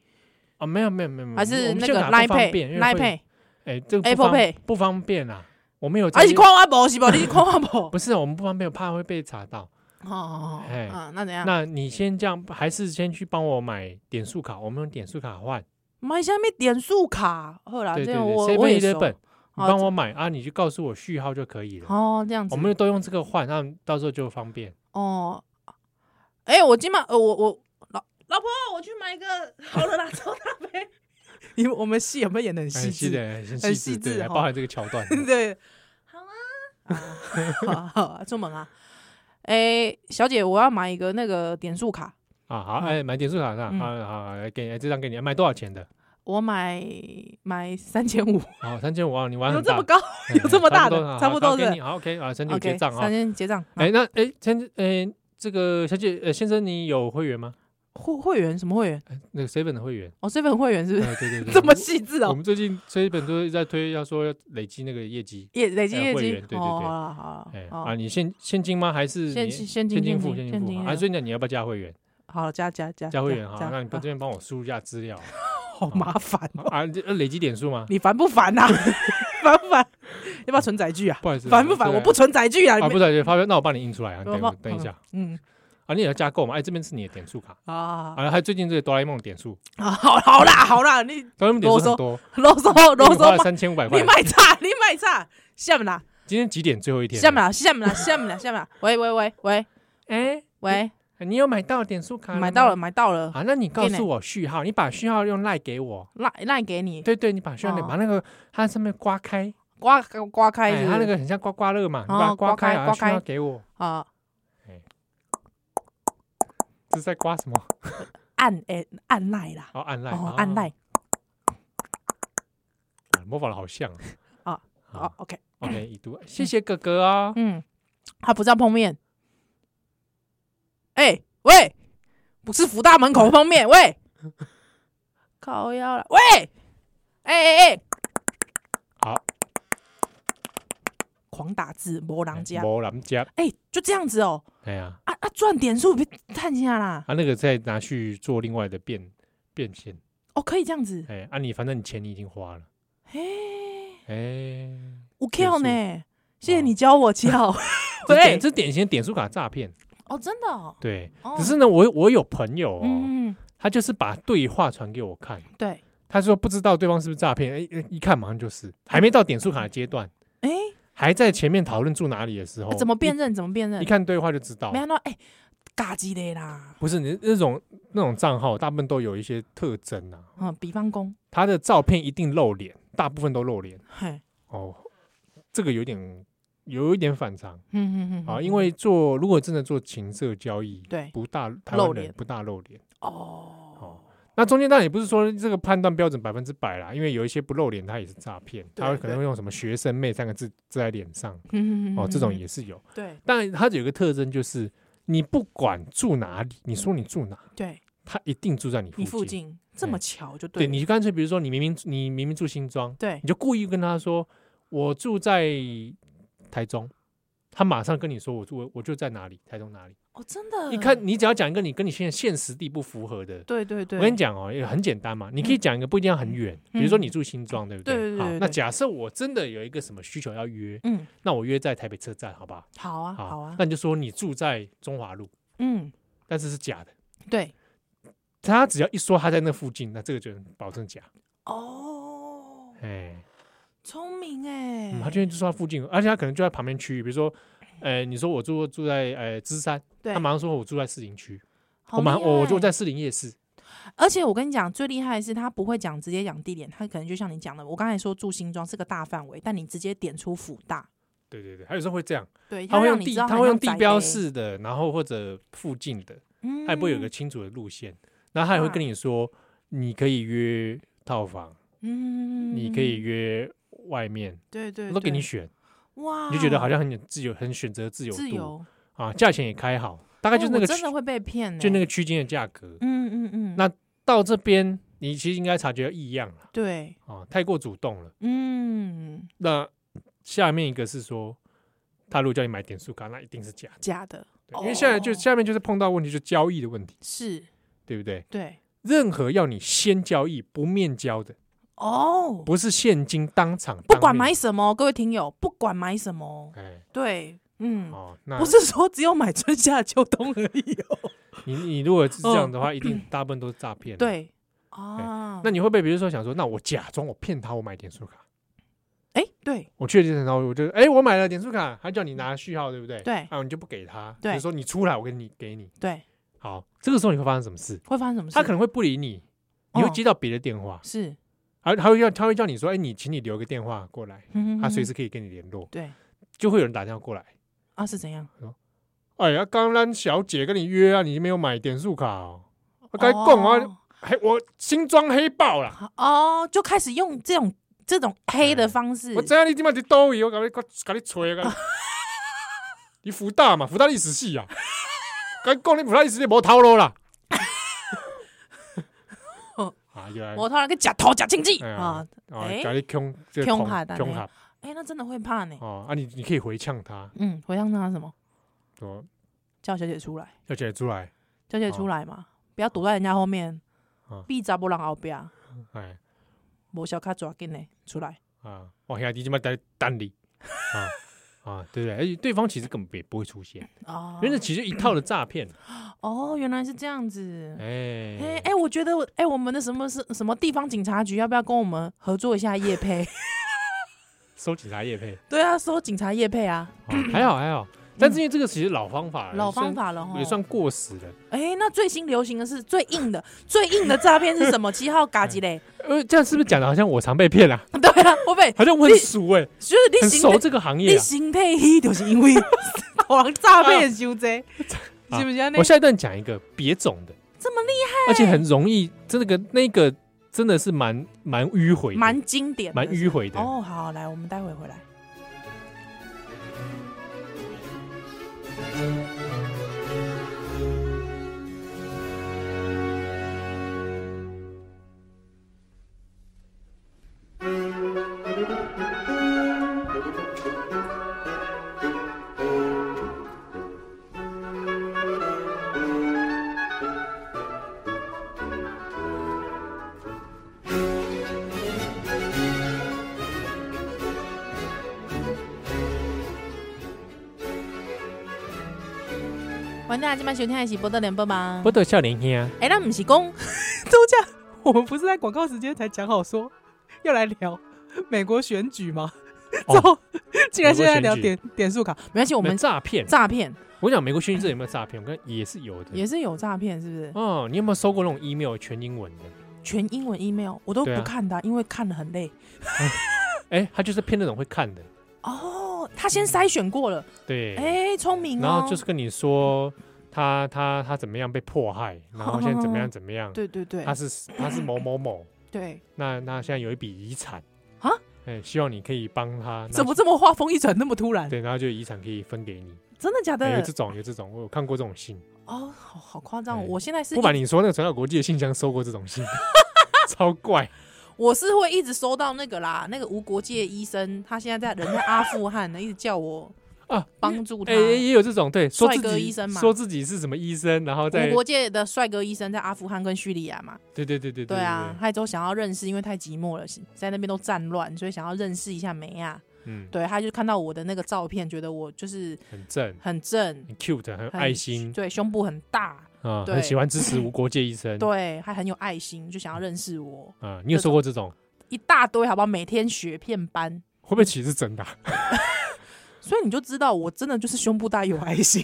Speaker 1: 哦，没有没有没有，没有
Speaker 3: 还
Speaker 1: 我
Speaker 3: 是
Speaker 1: 们
Speaker 3: 那
Speaker 1: 信
Speaker 3: 个
Speaker 1: 用卡
Speaker 3: Line
Speaker 1: 不方便
Speaker 3: Pay
Speaker 1: 因为
Speaker 3: Line
Speaker 1: 会
Speaker 3: Pay。
Speaker 1: 哎，这个不
Speaker 3: Apple
Speaker 1: 方
Speaker 3: Pay
Speaker 1: 不方便啊，我们有在
Speaker 3: 啊，是看我无是无，你是看我 无。
Speaker 1: 不是我们不方便，怕会被查到。
Speaker 3: 哦哦
Speaker 1: 哎
Speaker 3: 哦，啊，那怎样？
Speaker 1: 那你先这样，还是先去帮我买点数卡？我们用点数卡换。
Speaker 3: 买下面点数卡，后来
Speaker 1: 对
Speaker 3: 啊这
Speaker 1: 对
Speaker 3: 样
Speaker 1: 对
Speaker 3: 我我也
Speaker 1: ，Seven
Speaker 3: 熟哦
Speaker 1: Eleven，你
Speaker 3: 好
Speaker 1: 帮我买啊，你就告诉我序号就可以了。
Speaker 3: 哦，这样子
Speaker 1: 我们都用这个换，那到时候就方便。
Speaker 3: 哦。哎，我今晚呃我我老老婆，哦我去买一个好了啦，超大杯。因为我们戏有没有演的很
Speaker 1: 很
Speaker 3: 细
Speaker 1: 哎细
Speaker 3: 致？
Speaker 1: 的，很
Speaker 3: 很
Speaker 1: 细
Speaker 3: 细
Speaker 1: 致，对
Speaker 3: 致
Speaker 1: 还
Speaker 3: 哦。
Speaker 1: 包含这个桥段
Speaker 3: 对，好啊，啊好啊，出门啊。哎，小姐，我要买一个那个点数卡，
Speaker 1: 啊，好，哎，买点数卡那，
Speaker 3: 嗯
Speaker 1: 好好，好来给哎你这张给你，买多少钱的？
Speaker 3: 我买买三千五，
Speaker 1: 好，三千五啊，你玩
Speaker 3: 有
Speaker 1: 很
Speaker 3: 这
Speaker 1: 大
Speaker 3: 么，高？
Speaker 1: 哎
Speaker 3: 有这么大的
Speaker 1: 差
Speaker 3: 差
Speaker 1: 不
Speaker 3: 不
Speaker 1: 多好好
Speaker 3: 多
Speaker 1: 给
Speaker 3: 是
Speaker 1: 你好，OK 啊，三千五
Speaker 3: OK，
Speaker 1: 结账啊
Speaker 3: 三。千结账。
Speaker 1: 哎，那哎，先哎，这个小姐呃先生，你有会员吗？
Speaker 3: 会会员什么会员？
Speaker 1: 哎那个 seven 的会员，
Speaker 3: 哦，这份会员是不是
Speaker 1: 哎对对对，
Speaker 3: 这么
Speaker 1: 我
Speaker 3: 细致
Speaker 1: 我
Speaker 3: 哦？
Speaker 1: 们最近这一本都是在推，要说要累积那个业绩。
Speaker 3: 业累积
Speaker 1: 哎
Speaker 3: 业
Speaker 1: 会
Speaker 3: 绩
Speaker 1: 员对对对
Speaker 3: 哦，好了好
Speaker 1: 哎
Speaker 3: 了，好
Speaker 1: 啊，你现现金吗？还是
Speaker 3: 现
Speaker 1: 你
Speaker 3: 金现金
Speaker 1: 现金付
Speaker 3: 现
Speaker 1: 金
Speaker 3: 金现
Speaker 1: 付
Speaker 3: 金
Speaker 1: 啊？所以呢，你要不要加会员？
Speaker 3: 好加加加
Speaker 1: 加会员哈，
Speaker 3: 加
Speaker 1: 那你这
Speaker 3: 啊
Speaker 1: 边帮我输入一下资料
Speaker 3: 好麻烦哦，
Speaker 1: 啊，这呃累积点数吗？
Speaker 3: 你烦不烦呐？ 烦不烦？要不要存载具啊？
Speaker 1: 不好意思，
Speaker 3: 烦不烦？
Speaker 1: 这个
Speaker 3: 我不存载具啊！你
Speaker 1: 啊，
Speaker 3: 们
Speaker 1: 不对，发票，那我帮你印出来啊，
Speaker 3: 我
Speaker 1: 等我
Speaker 3: 帮
Speaker 1: 等一下
Speaker 3: 嗯
Speaker 1: 啊，你也要加购嘛？哎，这边是你的点数卡
Speaker 3: 啊
Speaker 1: 啊，还有最近这个哆啦 A 梦点数，
Speaker 3: 啊，好好啦好啦，你
Speaker 1: 哆啦 A 梦点数很多，
Speaker 3: 啰嗦啰
Speaker 1: 我花了
Speaker 3: 嗦嘛，
Speaker 1: 三千五百块
Speaker 3: 你。买差你买差，下面啦
Speaker 1: 今天几点？最后一天。啊
Speaker 3: 下面啊啦下面啦下面啦下面啦，喂喂喂喂
Speaker 1: 哎，
Speaker 3: 喂，
Speaker 1: 你有买到点数卡？
Speaker 3: 买到了。买到了，
Speaker 1: 啊，那你告
Speaker 3: 给
Speaker 1: 诉
Speaker 3: 呢
Speaker 1: 我序号，你把序号用赖给我。
Speaker 3: 赖赖给你
Speaker 1: 对对，你把序号
Speaker 3: 哦
Speaker 1: 把那个它上面刮开，
Speaker 3: 刮刮开
Speaker 1: 哎，
Speaker 3: 是不
Speaker 1: 它那
Speaker 3: 是
Speaker 1: 个很像刮刮乐嘛，你把它
Speaker 3: 哦
Speaker 1: 刮
Speaker 3: 刮
Speaker 1: 开，
Speaker 3: 开
Speaker 1: 然后
Speaker 3: 刮
Speaker 1: 需要
Speaker 3: 开
Speaker 1: 给我，
Speaker 3: 啊
Speaker 1: 这是在刮什么？
Speaker 3: 按哎按赖啦
Speaker 1: 哦，按赖，
Speaker 3: 哦按赖，
Speaker 1: 啊模仿的好像啊
Speaker 3: 啊。
Speaker 1: 好
Speaker 3: 哦 OK
Speaker 1: ，OK，已读，谢谢哥哥啊。
Speaker 3: 嗯，他不是要碰面。哎、喂，不是福大门口碰面，喂，靠腰了，喂，哎哎哎，
Speaker 1: 好，
Speaker 3: 狂打字，没人家，
Speaker 1: 没人家，
Speaker 3: 哎、就这样子哦、
Speaker 1: 哎呀，
Speaker 3: 啊啊，赚点数别探下啦，
Speaker 1: 啊，那个再拿去做另外的变变现。
Speaker 3: 哦，可以这样子，
Speaker 1: 哎，啊，你反正你钱你已经花了，
Speaker 3: 哎、
Speaker 1: 哎，
Speaker 3: 我跳呢，谢谢你教我跳，
Speaker 1: 哦这点
Speaker 3: 喂，
Speaker 1: 这典型的点数卡诈骗。
Speaker 4: 哦，真的哦，
Speaker 1: 对，
Speaker 4: 哦
Speaker 1: 只是呢，我我有朋友哦，
Speaker 3: 嗯，
Speaker 1: 他就是把对话传给我看，
Speaker 4: 对，
Speaker 1: 他说不知道对方是不是诈骗，哎，哎一看马上就是，还没到点数卡的阶段，
Speaker 3: 哎、
Speaker 1: 还在前面讨论住哪里的时候，
Speaker 4: 怎么辨认？怎么辨认
Speaker 1: 一？哦看对话就知道
Speaker 3: 没，想到，哎、嘎叽的啦，
Speaker 1: 不是你那种那种账号，大部分都有一些特征啊，
Speaker 3: 嗯，比方公，
Speaker 1: 他的照片一定露脸，大部分都露脸
Speaker 3: 嘿，
Speaker 1: 哦，这个有点有一点反常
Speaker 3: 嗯嗯嗯，
Speaker 1: 啊，因为做如果真的做情色交易，
Speaker 3: 对
Speaker 1: 不大台湾
Speaker 3: 露
Speaker 1: 人
Speaker 3: 脸
Speaker 1: 不大露脸
Speaker 3: 哦。
Speaker 1: 哦。那中间当然也不是说这个判断标准百分之百啦，因为有一些不露脸，他也是诈骗，
Speaker 3: 对
Speaker 1: 他可能会用什么“学生妹”三个字字在脸上
Speaker 3: 嗯
Speaker 1: 哦，这种也是有。
Speaker 3: 对
Speaker 1: 但它有一个特征就是，你不管住哪里，你说你住哪，
Speaker 3: 对
Speaker 1: 他一定住在你
Speaker 3: 你
Speaker 1: 附
Speaker 3: 附
Speaker 1: 近。
Speaker 3: 近这么巧就
Speaker 1: 对
Speaker 3: 了
Speaker 1: 你就干脆，比如说你明明你明明住新庄，
Speaker 3: 对
Speaker 1: 你就故意跟他说我住在台中，他马上跟你说我住我就在哪里，台中哪里。
Speaker 3: 哦，真的，
Speaker 1: 你看，你只要讲一个你跟你现在现实地不符合的，
Speaker 3: 对对对，嗯
Speaker 1: 我跟你讲哦，也很简单嘛，你可以讲一个不一定要很远，比如说你住新庄，对不
Speaker 3: 对对对
Speaker 1: 好
Speaker 3: 对，
Speaker 1: 那
Speaker 3: 对
Speaker 1: 假设我真的有一个什么需求要约，
Speaker 3: 嗯，
Speaker 1: 那我约在台北车站，好吧？
Speaker 3: 好啊好啊，
Speaker 1: 那你就说你住在中华路，
Speaker 3: 嗯，
Speaker 1: 但是是假的。
Speaker 3: 对，
Speaker 1: 他只要一说他在那附近，那这个就保证假。
Speaker 3: 哦，
Speaker 1: 哎，
Speaker 3: 聪明哎
Speaker 1: 嗯，他居然就说他附近，而且他可能就在旁边区域，比如说，呃，你说我住住在呃芝山，
Speaker 3: 对
Speaker 1: 他，马上说我住在士林区，
Speaker 3: 好
Speaker 1: 我马上
Speaker 3: 厉害
Speaker 1: 我我住在，士林夜市，
Speaker 3: 而且我跟你讲，最厉害的是他不会讲直接讲地点，他可能就像你讲的，我刚才说住新庄是个大范围，但你直接点出辅大，
Speaker 1: 对对对，他有时候会这样，
Speaker 3: 对，
Speaker 1: 他会
Speaker 3: 让
Speaker 1: 用
Speaker 3: 你
Speaker 1: 地
Speaker 3: 知道
Speaker 1: 他
Speaker 3: 很
Speaker 1: 会用
Speaker 3: 像
Speaker 1: 地
Speaker 3: 宅
Speaker 1: 标
Speaker 3: 欸，
Speaker 1: 式的，然后或者附近的，
Speaker 3: 嗯，
Speaker 1: 他也不会有个清楚的路线，然后他也会跟你说，你可以约套房，
Speaker 3: 嗯，
Speaker 1: 你可以约外面，
Speaker 3: 对对，
Speaker 1: 都给
Speaker 3: 对
Speaker 1: 你选，
Speaker 3: 哇，
Speaker 1: 你就觉得好像很有自由，很选择自由
Speaker 3: 自
Speaker 1: 度
Speaker 3: 由，
Speaker 1: 啊，价钱也开好，大概
Speaker 3: 哎
Speaker 1: 就是
Speaker 3: 我
Speaker 1: 那个
Speaker 3: 真
Speaker 1: 区
Speaker 3: 的会被骗欸，
Speaker 1: 就那个区间的价格，
Speaker 3: 嗯嗯嗯，
Speaker 1: 那到这边你其实应该察觉到异样了
Speaker 3: 对，
Speaker 1: 啊，太过主动了。
Speaker 3: 嗯，
Speaker 1: 那下面一个是说，他如果叫你买点数卡，那一定是假的，
Speaker 3: 假的
Speaker 1: 对因为现在就
Speaker 3: 哦
Speaker 1: 下面就是碰到问题，就交易的问题，
Speaker 3: 是，
Speaker 1: 对不对？
Speaker 3: 对，
Speaker 1: 任何要你先交易不面交的，
Speaker 3: 哦，
Speaker 1: 不是现金当场
Speaker 3: 不管，买
Speaker 1: 当面
Speaker 3: 什么，各位听友，不管买什么，
Speaker 1: 哎，
Speaker 3: 对，嗯，
Speaker 1: 哦，那
Speaker 3: 不是说只有买春夏秋冬而已哦，
Speaker 1: 你你如果是这样的话，一 定大部分都是诈骗。，
Speaker 3: 对啊，
Speaker 1: 那你会不会比如说想说，那我假装我骗他，我买点数卡，
Speaker 3: 哎，对
Speaker 1: 我确定然后我就哎我买了点数卡，还叫你拿序号，对不对？
Speaker 3: 对
Speaker 1: 啊，你就不给他，
Speaker 3: 对
Speaker 1: 你说你出来，我给你给你。
Speaker 3: 对，
Speaker 1: 好，这个时候你会发生什么事？
Speaker 3: 会发生什么事？
Speaker 1: 他可能会不理你，你会
Speaker 3: 哦
Speaker 1: 接到别的电话，
Speaker 3: 是，
Speaker 1: 而他会要他会叫你说，哎，你请你留个电话过来，他
Speaker 3: 他
Speaker 1: 随时可以跟你联络，
Speaker 3: 嗯对
Speaker 1: 就会有人打电话过来。
Speaker 3: 啊是怎样？
Speaker 1: 哎呀，刚刚小姐跟你约啊，你没有买点数卡哦，我该供啊，还我新装黑豹啦，
Speaker 3: 哦，哦，就开始用这种这种黑的
Speaker 1: 哎
Speaker 3: 方式
Speaker 1: 我，知道你今晚在兜里，我赶快赶你吹 啊！你福大嘛，福大历史系啊，该供你福大历史系无套路 啦。啊，原来
Speaker 3: 我突然跟假头假经济
Speaker 1: 哎呀
Speaker 3: 啊，
Speaker 1: 啊，
Speaker 3: 哎
Speaker 1: 甲你恐这
Speaker 3: 恐
Speaker 1: 恐
Speaker 3: 吓的
Speaker 1: 恐
Speaker 3: 呢
Speaker 1: 吓
Speaker 3: 哎，那真的会怕呢。
Speaker 1: 哦，啊你你可以回呛他，
Speaker 3: 嗯，回让他什么？
Speaker 1: 说
Speaker 3: 叫小姐出来，
Speaker 1: 要起来出来，
Speaker 3: 叫姐
Speaker 1: 哦
Speaker 3: 出来嘛，不要躲在人家后面
Speaker 1: 哦，
Speaker 3: 避查波人后边，
Speaker 1: 哎
Speaker 3: 无小卡抓紧的出来。
Speaker 1: 啊，我兄弟今晚在等你啊啊，对不对？而且对方其实根本也不会出现，
Speaker 3: 哦
Speaker 1: 因为，这其实一套的诈骗，
Speaker 3: 哦，原来是这样子。哎、哎、
Speaker 1: 哎，
Speaker 3: 我觉得我哎、我们的什么是什么地方警察局要不要跟我们合作一下夜配？
Speaker 1: 收警察叶配，
Speaker 3: 对啊，收警察夜配啊，
Speaker 1: 哦还好还好，但是因为这个其实老方法了，
Speaker 3: 老
Speaker 1: 也算
Speaker 3: 方。法哦了哈。
Speaker 1: 啊也算过时了，
Speaker 3: 哎、那最新流行的是最硬的， 最硬的诈骗是什么？七号嘎吉嘞？
Speaker 1: 呃，这样是不是讲的好像我常被骗啊？
Speaker 3: 对啊，会不会
Speaker 1: 好像我很熟哎，
Speaker 3: 就是你
Speaker 1: 很
Speaker 3: 行
Speaker 1: 熟这个行业
Speaker 3: 你
Speaker 1: 啊。
Speaker 3: 行配一，就是 因为狂诈骗修这，是不是这样呢？
Speaker 1: 啊我下一段讲一个别种的，
Speaker 3: 这么厉
Speaker 1: 而且很容易，这个那个真的是蛮蛮迂回
Speaker 3: 害，
Speaker 1: 的，
Speaker 3: 蛮经典的，
Speaker 1: 蛮迂回的。
Speaker 3: 哦，好，来，我们待会回来。玩家今晚收听的是《波特联播》吗？
Speaker 1: 不得笑脸兄，啊
Speaker 3: 哎、那不是 公，
Speaker 2: 度假，我们不是在广告时间才讲好说要来聊美国选举吗？
Speaker 1: 哦
Speaker 2: 之后、竟然现在聊
Speaker 1: 美国选
Speaker 2: 点点数卡，
Speaker 3: 没关系，我
Speaker 1: 我
Speaker 3: 们
Speaker 1: 诈骗。
Speaker 3: 诈骗
Speaker 1: 我讲美国选举这有没有诈骗？我跟也是有的。
Speaker 3: 也是有诈骗，是不是？
Speaker 1: 哦，你有没有收过那种 email 全英文的？
Speaker 3: 全英文 email 我都
Speaker 1: 对啊
Speaker 3: 不看的啊、因为看了很累。
Speaker 1: 哎，他就是骗那种会看的，
Speaker 3: 哦，他先筛选过了，
Speaker 1: 嗯对。
Speaker 3: 哎、聪明哦。
Speaker 1: 然后就是跟你说他他他怎么样被迫害，然后现在怎么样怎么样，
Speaker 3: 对对对
Speaker 1: 他是他是某某某，
Speaker 3: 对，
Speaker 1: 那那现在有一笔遗产
Speaker 3: 啊，
Speaker 1: 哎，希望你可以帮他。那
Speaker 2: 怎么这么话锋一转那么突然？
Speaker 1: 对？然后就遗产可以分给你。
Speaker 3: 真的假
Speaker 1: 哎有
Speaker 3: 的
Speaker 1: 这？种有这种，我有看过这种信。
Speaker 3: 哦，好好夸张哦！
Speaker 1: 对
Speaker 3: 我现在是
Speaker 1: 哎不瞒你说，那个传到国际的信箱收过这种 信，超怪。
Speaker 3: 我是会一直收到那个啦，那个无国界医生，他现在在人在阿富汗呢，一直叫我
Speaker 1: 啊
Speaker 3: 帮助他。
Speaker 1: 哎、也有这种对，说
Speaker 3: 帅
Speaker 1: 自
Speaker 3: 哥
Speaker 1: 己
Speaker 3: 医生嘛
Speaker 1: 说自己是什么医生，然后再
Speaker 3: 无国界的帅哥医生在阿富汗跟叙利亚嘛，
Speaker 1: 对对对对
Speaker 3: 对啊，，他都想要认识，因为太寂寞了，在那边都战乱，所以想要认识一下梅亚。
Speaker 1: 嗯，
Speaker 3: 对，他就看到我的那个照片，觉得我就是
Speaker 1: 很正，
Speaker 3: 很正，
Speaker 1: 很 cute，很有
Speaker 3: 很
Speaker 1: 爱心
Speaker 3: 对，胸部很大，
Speaker 1: 啊，
Speaker 3: 对
Speaker 1: 很喜欢支持无国界医生。
Speaker 3: 对，还很有爱心，就想要认识我。
Speaker 1: 啊，你有收过这种？
Speaker 3: 一大堆，好不好？每天雪片般，
Speaker 1: 会不会其实是真的啊、
Speaker 3: 所以你就知道我真的就是胸部大有爱心，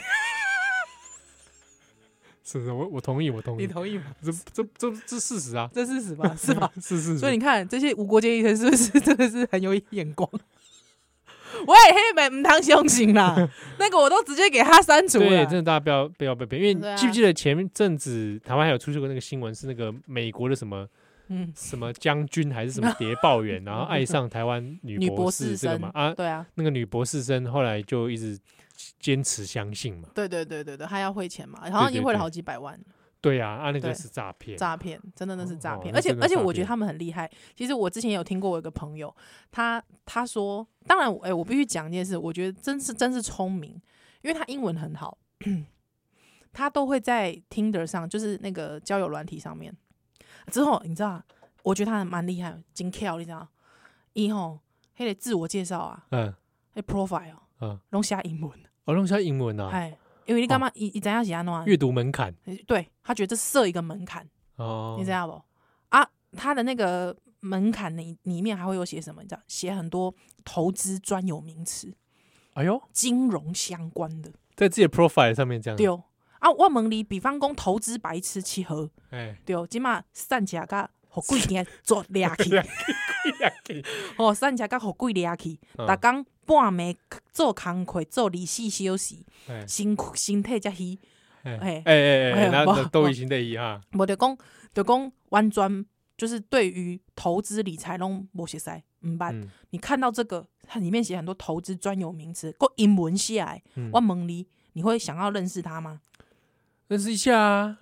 Speaker 1: 是是，我我同意，我同
Speaker 3: 你
Speaker 1: 意，
Speaker 3: 同意吗？
Speaker 1: 这这这这事实啊，
Speaker 3: 这是事实吧？是吧？
Speaker 1: 是 是。
Speaker 3: 所
Speaker 1: 是
Speaker 3: 以你看这些无国界医生是不是真的是很有眼光？ 喂，黑美唔当相 信啦，那个我都直接给他删除
Speaker 1: 对，
Speaker 3: 了
Speaker 1: 真。的大家不要不要被骗，因
Speaker 3: 啊对
Speaker 1: 为
Speaker 3: 啊
Speaker 1: 记不记得前阵子台湾还有出现过那个新闻，是那个美国的什么
Speaker 3: 嗯，
Speaker 1: 什么将军还是什么谍报员，然后爱上台湾女
Speaker 3: 女博
Speaker 1: 士
Speaker 3: 士
Speaker 1: 这个
Speaker 3: 生
Speaker 1: 嘛啊，
Speaker 3: 对啊，
Speaker 1: 那个女博士生后来就一直坚持相信嘛，
Speaker 3: 对对对对对，他要汇钱嘛，好像已经汇了好几百万
Speaker 1: 对呀、啊，啊那个
Speaker 3: 对
Speaker 1: 是诈骗，
Speaker 3: 诈骗，真的那是诈骗。
Speaker 1: 哦
Speaker 3: 而且
Speaker 1: 那真的
Speaker 3: 而且，
Speaker 1: 诈
Speaker 3: 我觉得
Speaker 1: 骗
Speaker 3: 他们很厉害。其实我之前有听过我有个朋友，他他说，当然，哎，我必须讲一件事，我觉得真是真是聪明，因为他英文很好， 他都会在 Tinder 上，就是那个交友软体上面。之后你知道，啊我觉得他蛮厉害，金 K 你知道，以后还得自我介绍啊，
Speaker 1: 嗯
Speaker 3: 那 profile 哦
Speaker 1: 嗯，
Speaker 3: 拢写英文，
Speaker 1: 哦，弄一下英文啊，
Speaker 3: 哎、因为你干嘛伊伊知影是安怎样？
Speaker 1: 阅读门槛
Speaker 3: 对他觉得这设一个门槛，
Speaker 1: 哦，
Speaker 3: 你知道不？啊，他的那个门槛里里面还会有写什么？你知道，写很多投资专有名词，
Speaker 1: 哎呦，
Speaker 3: 金融相关的。
Speaker 1: 在自己的 profile 上面这样，
Speaker 3: 对啊，我问你，比方讲投资白痴契合，
Speaker 1: 哎，
Speaker 3: 对，即嘛散食甲互鬼惊做掠去， 哦，散食甲互鬼掠去，
Speaker 1: 嗯
Speaker 3: 逐工半暝做工课做二十四小时，
Speaker 1: 哎
Speaker 3: 身躯身体才虚，
Speaker 1: 哎哎
Speaker 3: 嘿
Speaker 1: 哎
Speaker 3: 哎
Speaker 1: 哎，那
Speaker 3: 不
Speaker 1: 那都已经得一哈，
Speaker 3: 无就讲就讲完全就是对于投资理财拢无熟悉，毋捌。
Speaker 1: 嗯
Speaker 3: 你看到这个，它里面写很多投资专有名词，够英文写来，
Speaker 1: 嗯
Speaker 3: 我问你，你会想要认识他吗？
Speaker 1: 认识一下啊，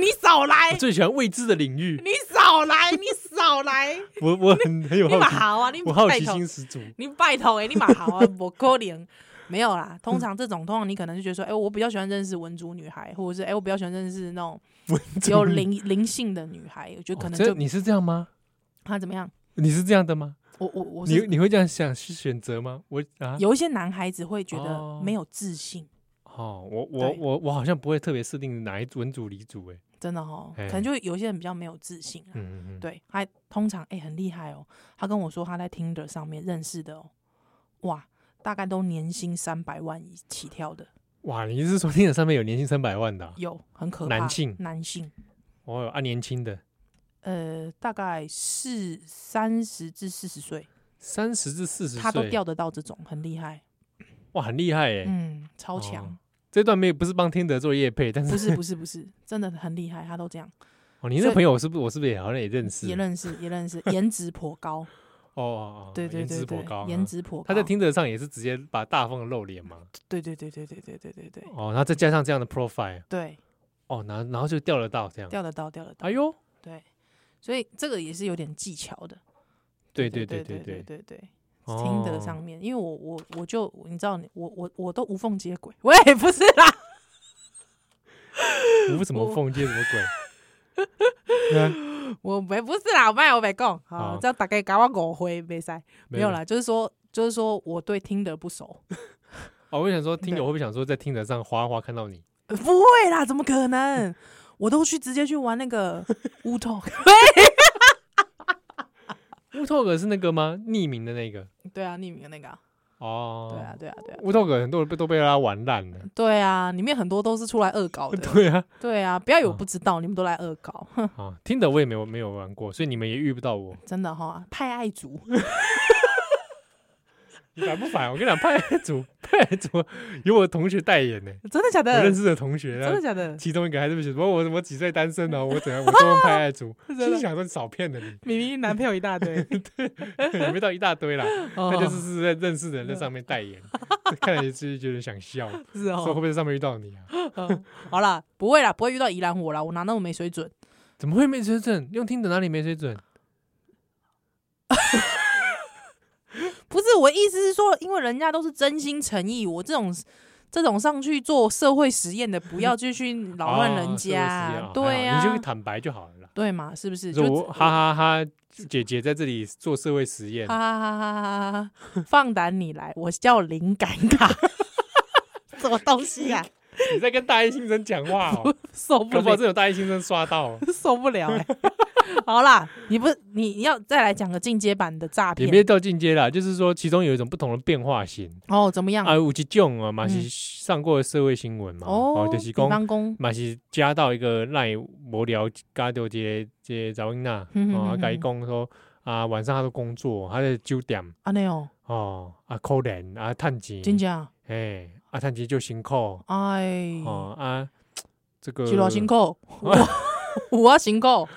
Speaker 3: 你少来
Speaker 1: 我，最喜欢未知的领域，
Speaker 3: 你少来，你少来，
Speaker 1: 我 我很很有
Speaker 3: 你
Speaker 1: 好
Speaker 3: 嘛
Speaker 1: 奇，
Speaker 3: 好啊，你
Speaker 1: 我好
Speaker 3: 拜
Speaker 1: 奇
Speaker 3: 托
Speaker 1: 心十足，
Speaker 3: 你拜托哎、你嘛好啊，我可怜。没有啦，通常这种通常你可能就觉得说，哎、我比较喜欢认识文竹女孩，或者是哎、我比较喜欢认识那 种有灵灵性的女孩，我觉得可能
Speaker 1: 哦这
Speaker 3: 就
Speaker 1: 你是这样吗？
Speaker 3: 她怎么样？
Speaker 1: 你是这样的吗？
Speaker 3: 我我我
Speaker 1: 你
Speaker 3: 是
Speaker 1: 你会这样想去选择吗？我啊，
Speaker 3: 有一些男孩子会觉
Speaker 1: 哦
Speaker 3: 得没有自信，
Speaker 1: 哦，我我
Speaker 3: 对
Speaker 1: 我我好像不会特别设定哪一文组理组，哎，
Speaker 3: 真的哦，
Speaker 1: 哎
Speaker 3: 可能就有些人比较没有自信啊。
Speaker 1: 嗯嗯嗯，
Speaker 3: 对，还通常哎、欸很厉害哦。他跟我说他在 Tinder 上面认识的哦，哇，大概都年薪三百万以起跳的，
Speaker 1: 哇，你是说听着上面有年薪三百万的啊？
Speaker 3: 有很可怕。
Speaker 1: 男性
Speaker 3: 男性，
Speaker 1: 哦，啊，年轻的
Speaker 3: 呃，大概是三十至四十岁，
Speaker 1: 三十至四十
Speaker 3: 他都
Speaker 1: 岁，
Speaker 3: 钓得到这种，很厉害，
Speaker 1: 哇，很厉害哎！
Speaker 3: 嗯，超强。
Speaker 1: 哦这段没有不是帮听得做业配，但
Speaker 3: 不
Speaker 1: 是
Speaker 3: 是不是不是，真的很厉害，他都这样，
Speaker 1: 哦，你
Speaker 3: 所
Speaker 1: 那
Speaker 3: 以
Speaker 1: 朋友我是不是我是不是也好像也认识？
Speaker 3: 也认识也认识，颜值颇高，
Speaker 1: 哦哦哦，
Speaker 3: 对对
Speaker 1: 颜
Speaker 3: 对
Speaker 1: 值
Speaker 3: 对
Speaker 1: 颇高，，
Speaker 3: 颜
Speaker 1: 嗯。
Speaker 3: 值颇高。
Speaker 1: 他在听着上也是直接把大方的露脸嘛，
Speaker 3: 对对对对对对对对对
Speaker 1: 哦，然后再加上这样的 profile，
Speaker 3: 对，
Speaker 1: 哦，然后然后就钓得到这样，
Speaker 3: 钓得到钓得到
Speaker 1: 哎，呦，
Speaker 3: 对，所以这个也是有点技巧的。
Speaker 1: 对
Speaker 3: 对
Speaker 1: 对对
Speaker 3: 对
Speaker 1: 对对，
Speaker 3: 对对，
Speaker 1: 哦
Speaker 3: 听得上面，因为我我我就你知道，我我我都无缝接轨， 喂，不是啦，
Speaker 1: 无什么
Speaker 3: 我
Speaker 1: 奉接什么鬼？对啊
Speaker 3: 我没不是啦，我没有我没讲，
Speaker 1: 好
Speaker 3: 好，这样大概搞我误会，没塞，没有
Speaker 1: 了
Speaker 3: 啦，就是说就是说我对听得不熟，
Speaker 1: 哦，我想说，听友会
Speaker 3: 对
Speaker 1: 不会想说，在听得上哗哗看到你？
Speaker 3: 不会啦，怎么可能？我都去直接去玩那个乌托，
Speaker 1: 乌托克是那个吗？匿名的那个？
Speaker 3: 对啊，匿名的那个啊，
Speaker 1: 哦，
Speaker 3: 对啊，，对啊，对啊，
Speaker 1: 乌托克很多人被都被他玩烂了。
Speaker 3: 对啊，里面很多都是出来恶搞的，
Speaker 1: 对 啊，
Speaker 3: 对啊，不要以为我
Speaker 1: 啊
Speaker 3: 不知道，你们都来恶搞， 哼
Speaker 1: 啊，听的我也没有没有 玩过，所以你们也遇不到我。
Speaker 3: 真的哈，派爱族，
Speaker 1: 你烦不烦？我跟你讲，派来组派来组有我同学代言呢、
Speaker 2: 真的假
Speaker 1: 我认
Speaker 2: 的？
Speaker 1: 识的同学，
Speaker 2: 真的假 的？
Speaker 1: 其中一个还是不写，我我我几岁单身哦，我怎样我都用派爱 组，
Speaker 2: 真的
Speaker 1: 心想说你少骗了你，
Speaker 2: 明明男朋友一大堆，
Speaker 1: 也没到一大 堆啦，
Speaker 2: 哦
Speaker 1: 那就是是在认识的人在上面代言，看了也是觉得想笑，说
Speaker 2: 是
Speaker 1: 会不
Speaker 2: 哦。
Speaker 1: 会在上面遇到你啊？
Speaker 2: 嗯好啦，不会啦，不会遇到宜兰我啦，我哪那么没水准？
Speaker 1: 怎么会没水准？用听的哪里没水准？
Speaker 3: 不是我意思是说，因为人家都是真心诚意，我这种这种上去做社会实验的，不要继续扰乱人
Speaker 1: 哦
Speaker 3: 家，啊
Speaker 1: 是我是
Speaker 3: 对
Speaker 1: 还好你就
Speaker 3: 呀、
Speaker 1: 坦白就好了啦。
Speaker 3: 对嘛，是不是？
Speaker 1: 就
Speaker 3: 就是
Speaker 1: 我
Speaker 3: 哈
Speaker 1: 哈哈哈，姐姐在这里做社会实验，
Speaker 3: 哈哈哈哈哈，放胆你来，我叫灵感卡， 什么东西啊？
Speaker 1: 你在跟大一新生讲话 哦，
Speaker 2: 受不
Speaker 1: 搞不好
Speaker 2: 了，
Speaker 1: 真有大一新生刷到哦，
Speaker 2: 受不了哎！
Speaker 3: 欸好啦，你不你你要再来讲个进阶版的诈
Speaker 1: 也没
Speaker 3: 骗
Speaker 1: 有到进阶啦，就是说其中有一种不同的变化型
Speaker 3: 哦？怎么样？
Speaker 1: 啊，有一种啊嘛
Speaker 3: 嗯
Speaker 1: 是上过社会新闻嘛，
Speaker 3: 哦，
Speaker 1: 就是
Speaker 3: 比
Speaker 1: 讲
Speaker 3: 方公
Speaker 1: 嘛是加到一个赖无聊加到这个这个查某囡
Speaker 3: 嗯嗯
Speaker 1: 仔，啊，
Speaker 3: 嗯
Speaker 1: 甲伊讲说啊晚上他都工作，他在九点
Speaker 3: 啊那哦，
Speaker 1: 哦啊可怜啊趁钱，
Speaker 3: 真假？
Speaker 1: 哎啊趁钱就辛苦
Speaker 3: 哎，
Speaker 1: 哦呃啊这个
Speaker 3: 几多辛 苦？我我啊辛苦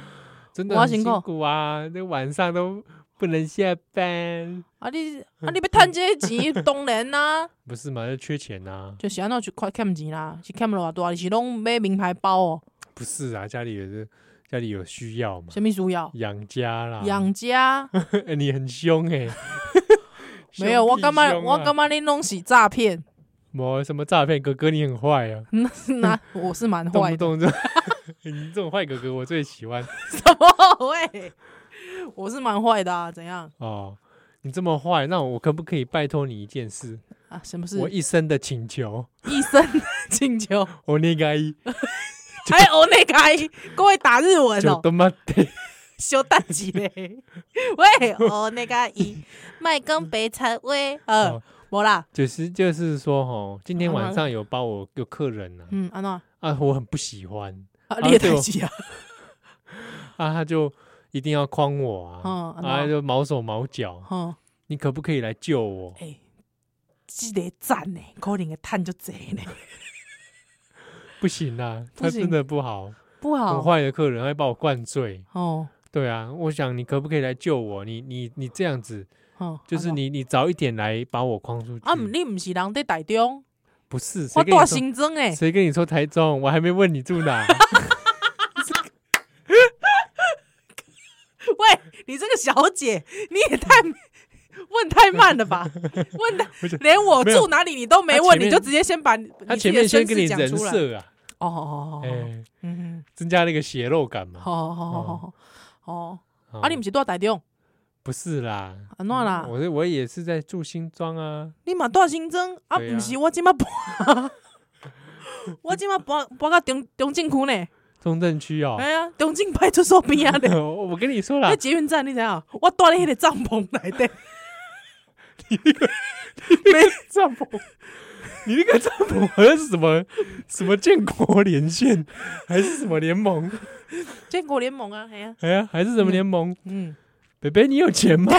Speaker 1: 真的
Speaker 3: 我要
Speaker 1: 很
Speaker 3: 辛
Speaker 1: 辛
Speaker 3: 苦
Speaker 1: 苦啊！那晚上都不能下班，
Speaker 3: 啊你啊你要趁这些 钱，当然啦、
Speaker 1: 不是嘛？就缺钱啊呐、
Speaker 3: 就是安怎就快欠钱啦，是欠了偌大，是拢买名牌包哦，
Speaker 1: 不是啊，家里也是家里有需要嘛，
Speaker 3: 什么需要？
Speaker 1: 养家啦。
Speaker 3: 养家
Speaker 1: 哎你很凶哎、
Speaker 3: 没有，我干嘛？我干
Speaker 1: 嘛？
Speaker 3: 嘛你拢是诈骗？
Speaker 1: 没什么诈骗哥哥，你很坏啊！
Speaker 3: 那那我是蛮
Speaker 1: 动
Speaker 3: 坏
Speaker 1: 不
Speaker 3: 的，
Speaker 1: 动就 你这种坏哥哥，我最喜欢
Speaker 3: 怎么 会？我是蛮坏的啊，怎样
Speaker 1: 哦。你这么坏，那我可不可以拜托你一件事？
Speaker 3: 啊？什么事
Speaker 1: 我？一生的请求，
Speaker 3: 一生 请 求，
Speaker 1: 我那个
Speaker 3: 还有那个各位打日文
Speaker 1: 就
Speaker 3: 哦，
Speaker 1: 他妈的，
Speaker 3: 小蛋 鸡嘞，喂，哦那个伊麦跟白菜喂，呃
Speaker 1: 哦，
Speaker 3: 无啦，
Speaker 1: 就是就是说，哦，今天
Speaker 3: 好
Speaker 1: 晚
Speaker 3: 了
Speaker 1: 上有帮我有客人呢、啊，
Speaker 3: 嗯，安怎啊？
Speaker 1: 啊，我很不喜欢
Speaker 3: 你也
Speaker 1: 对哦
Speaker 3: 太
Speaker 1: 我
Speaker 3: 急啊，
Speaker 1: 啊，他就一定要诓我啊，
Speaker 3: 嗯
Speaker 1: 啊，
Speaker 3: 然后
Speaker 1: 就毛手毛脚，
Speaker 3: 哼。
Speaker 1: 你可不可以来救我？
Speaker 3: 哎、即个赞呢，可能会趁就济呢，
Speaker 1: 不行啊，
Speaker 3: 不
Speaker 1: 他
Speaker 3: 行
Speaker 1: 真的不好，
Speaker 3: 不
Speaker 1: 很
Speaker 3: 好
Speaker 1: 坏的客人，他会把我灌醉。
Speaker 3: 哦
Speaker 1: 对啊，我想你可不可以来救我？你你你这样子，
Speaker 3: 哦，
Speaker 1: 就是你你早一点来把我诓出去。
Speaker 3: 啊，你毋是人伫台中，
Speaker 1: 不是谁
Speaker 3: 我
Speaker 1: 跟
Speaker 3: 住
Speaker 1: 你说
Speaker 3: 新庄诶，
Speaker 1: 谁跟你说台中？我还没问你住 哪。
Speaker 3: 喂，你这个小姐，你也太问太慢 了吧？问的
Speaker 1: 不是
Speaker 3: 连我
Speaker 1: 没有
Speaker 3: 住哪里你都没问，
Speaker 1: 他前面
Speaker 3: 你就直接先把你
Speaker 1: 他
Speaker 3: 自己
Speaker 1: 前
Speaker 3: 的
Speaker 1: 面先
Speaker 3: 身
Speaker 1: 跟你
Speaker 3: 世讲
Speaker 1: 人
Speaker 3: 出来。
Speaker 1: 设啊，
Speaker 3: 哦哦哦，哦
Speaker 1: 哎，
Speaker 3: 嗯，
Speaker 1: 增加那个血肉感嘛。
Speaker 3: 好好好好好哦，
Speaker 1: 哦
Speaker 3: 啊，你毋是住台中，
Speaker 1: 不是啦，
Speaker 3: 安怎啦？
Speaker 1: 嗯我是我也是在住新庄啊。
Speaker 3: 你嘛住新庄，啊，
Speaker 1: 对啊
Speaker 3: 毋是我即马搬， 我即马搬搬到中中正区呢。
Speaker 1: 中正区哦。啊
Speaker 3: 哎呀，中正派出所边啊咧，
Speaker 1: 我我跟你说啦
Speaker 3: 那，捷运站你知影？我住咧迄个帐篷 内底，
Speaker 1: 帐篷，你那个帐篷好像是什么什么建国连线，还是什么联盟？
Speaker 3: 建国联盟啊，哎呀，
Speaker 1: 哎呀，还是什么联盟？
Speaker 3: 嗯，
Speaker 1: 北北，你有钱吗？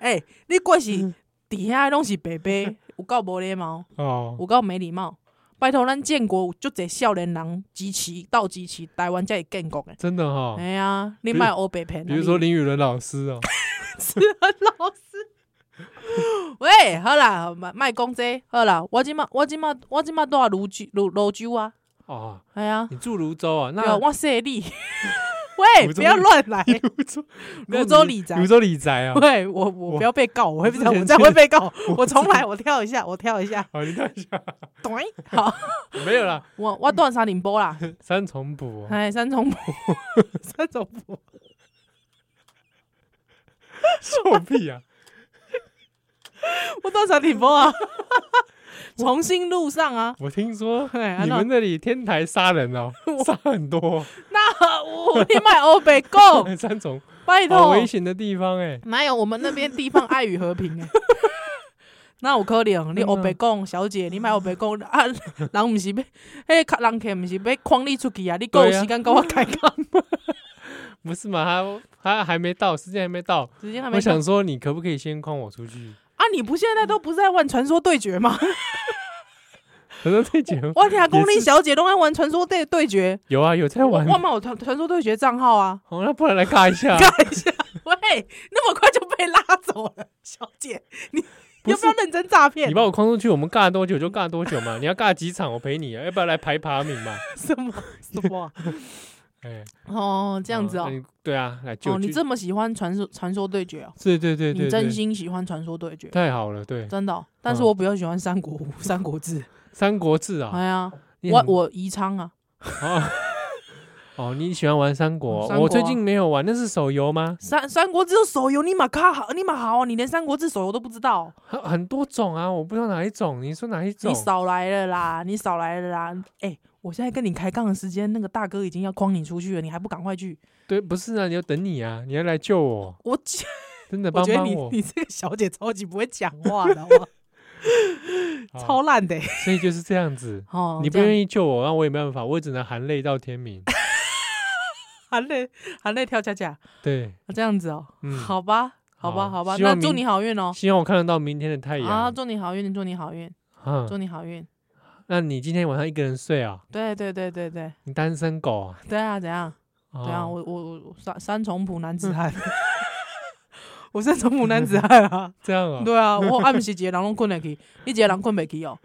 Speaker 3: 哎，你过是
Speaker 1: 嗯
Speaker 3: 伫遐拢是白白，有够无礼貌，
Speaker 1: 哦，
Speaker 3: 有够没礼貌。拜托，咱建国有足侪少年人支持到支持台湾才会建国诶。
Speaker 1: 真的哈、哦。
Speaker 3: 哎呀，你
Speaker 1: 比如
Speaker 3: 卖欧北骗啊，
Speaker 1: 比如说林雨伦老师哦，
Speaker 3: 老师。喂，好啦，卖卖讲这，好啦，我即马我即马我即马住泸州泸泸州啊，
Speaker 1: 哦，
Speaker 3: 哎呀，
Speaker 1: 你住泸州啊？
Speaker 3: 对啊
Speaker 1: 那
Speaker 3: 我说你， 喂，
Speaker 1: 泸州
Speaker 3: 不要乱来，
Speaker 1: 泸州，
Speaker 3: 泸州理财
Speaker 1: 泸州理财啊。
Speaker 3: 对我，我
Speaker 1: 我
Speaker 3: 不要被告，我会被
Speaker 1: 之前
Speaker 3: 我这样会被告。
Speaker 1: 我
Speaker 3: 我重来，我跳一下，我跳一下。
Speaker 1: 好，哦你看一下，
Speaker 3: 对，好，
Speaker 1: 没有啦，
Speaker 3: 我我断三零波 啦，
Speaker 1: 三重埔、哦，
Speaker 3: 哎，三 重波，三重波，
Speaker 1: 臭屁啊！
Speaker 3: 我断三零 波啊，重新路上啊。
Speaker 1: 我听说
Speaker 3: 哎啊
Speaker 1: 你
Speaker 3: 那
Speaker 1: 们那里天台杀人 哦，杀很多、
Speaker 3: 那我你买欧北购，
Speaker 1: 哦，三重
Speaker 3: 拜
Speaker 1: 好
Speaker 3: 托，
Speaker 1: 危险的地方哎、
Speaker 3: 哪有我们那边地方爱与和 平哎。那有可能，你
Speaker 1: 真的
Speaker 3: 欧北讲，小姐，你买欧北讲啊，人毋是要，迄人客毋是要框你出去啊？你够有
Speaker 1: 对啊
Speaker 3: 时间跟我开 讲，
Speaker 1: 不是嘛？他他还没到，时间还没到。
Speaker 3: 时间还没
Speaker 1: 我
Speaker 3: 到
Speaker 1: 想说，你可不可以先诓我出去？
Speaker 3: 啊，你不现在都不是在玩传说对决吗？
Speaker 1: 传说对决
Speaker 3: 我俩公力小姐都在玩传说对对决，
Speaker 1: 有啊，有在玩。
Speaker 3: 我买我传传说对决账号啊，
Speaker 1: 好，那不然来尬一下。啊
Speaker 3: 看一下。喂，那么快就被拉走了，小姐，你
Speaker 1: 不
Speaker 3: 要不要
Speaker 1: 是
Speaker 3: 认真诈骗
Speaker 1: 你？把我框出去，我们尬多久就尬多久嘛。你要尬几场，我陪你啊。要不要来排排名嘛？
Speaker 3: 什么什么啊？
Speaker 1: 哎，
Speaker 3: 哦， 这样子
Speaker 1: 嗯
Speaker 3: 哦
Speaker 1: 那。你对啊，来就
Speaker 3: 哦，你
Speaker 1: 就
Speaker 3: 这么喜欢传说传说对决哦？
Speaker 1: 对对对对，
Speaker 3: 你真
Speaker 1: 对
Speaker 3: 心喜欢传说对决，
Speaker 1: 太好了。对，《
Speaker 3: 真的哦、但是
Speaker 1: 嗯
Speaker 3: 我比较喜欢三国无三国志。
Speaker 1: 三国志》啊，
Speaker 3: 哎呀，
Speaker 1: 你
Speaker 3: 我
Speaker 1: 很
Speaker 3: 我宜昌啊，
Speaker 1: 啊。哦，你喜欢玩三国？
Speaker 3: 三国啊
Speaker 1: 我最近没有玩，那是手游吗？
Speaker 3: 三三国志有手游，你马卡好，你马好啊！你连三国志手游都不知道哦，
Speaker 1: 很很多种啊，我不知道哪一种。你说哪一种
Speaker 3: 你？少来了啦，你少来了啦！哎、我现在跟你开杠的时间，那个大哥已经要框你出去了，你还不赶快去？
Speaker 1: 对，不是啊，你要等你啊，你要来救我，
Speaker 3: 我
Speaker 1: 真的
Speaker 3: 我
Speaker 1: 帮
Speaker 3: 觉得
Speaker 1: 帮
Speaker 3: 你
Speaker 1: 我。
Speaker 3: 你这个小姐超级不会讲话的，好不好
Speaker 1: 好
Speaker 3: 超烂的、欸、，
Speaker 1: 啊所以就是这样子
Speaker 3: 哦。
Speaker 1: 你不
Speaker 3: 这样
Speaker 1: 愿意救我，那我也没办法，我也只能含泪到天 明。
Speaker 3: 含泪含泪跳恰恰，
Speaker 1: 对，
Speaker 3: 这样子哦，
Speaker 1: 嗯
Speaker 3: 好吧，好吧，
Speaker 1: 好
Speaker 3: 好吧，
Speaker 1: 希
Speaker 3: 那
Speaker 1: 望
Speaker 3: 祝
Speaker 1: 明
Speaker 3: 你好运哦。
Speaker 1: 希望我看得到明天的太
Speaker 3: 啊，
Speaker 1: 阳。
Speaker 3: 祝你好运，祝你好运，
Speaker 1: 啊
Speaker 3: 祝，你好运。
Speaker 1: 那你今天晚上一个人睡啊？
Speaker 3: 对对对对对
Speaker 1: 你单身狗啊？哦
Speaker 3: 对啊！怎样？
Speaker 1: 对
Speaker 3: 怎样？，我我我三三重普男子 汉， 我三重普男子汉 啊！
Speaker 1: 这样啊，
Speaker 3: 对啊，我暗时一个人拢困得去， 你一个人困不去哦，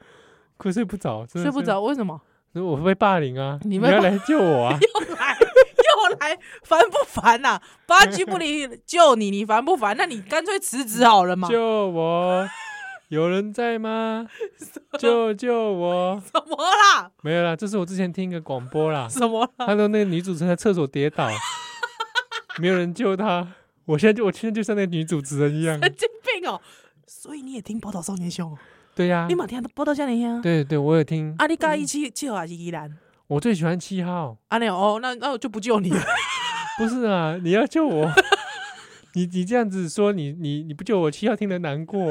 Speaker 1: 可睡不着，真的
Speaker 3: 睡不。着，为什么？
Speaker 1: 那我会被霸凌啊！
Speaker 3: 你
Speaker 1: 你
Speaker 3: 被
Speaker 1: 要
Speaker 3: 霸
Speaker 1: 来救我 啊！
Speaker 3: 又来又来，烦不烦呐、啊？八句不离 救你，你烦不烦？那你干脆辞职好了嘛。
Speaker 1: 救我！有人在吗？救救我！
Speaker 3: 什么 啦？
Speaker 1: 没有啦，这是我之前听一个广播 啦，
Speaker 3: 什么啦？
Speaker 1: 他说那个女主持人在厕所跌 倒，没有人救她。我现在就我现在就像那个女主持人一样，
Speaker 3: 神经病哦！所以你也听《宝岛少年凶》哦，
Speaker 1: 对呀、
Speaker 3: 你嘛听《宝岛少年凶》啊？
Speaker 1: 对对，我有听，
Speaker 3: 啊，你介意七七号还是依然？
Speaker 1: 我最喜欢七号，
Speaker 3: 啊，那哦，那那我就不救你了。
Speaker 1: 不是啊，你要救我， 你你这样子说，你你你不救我，七号听得难过，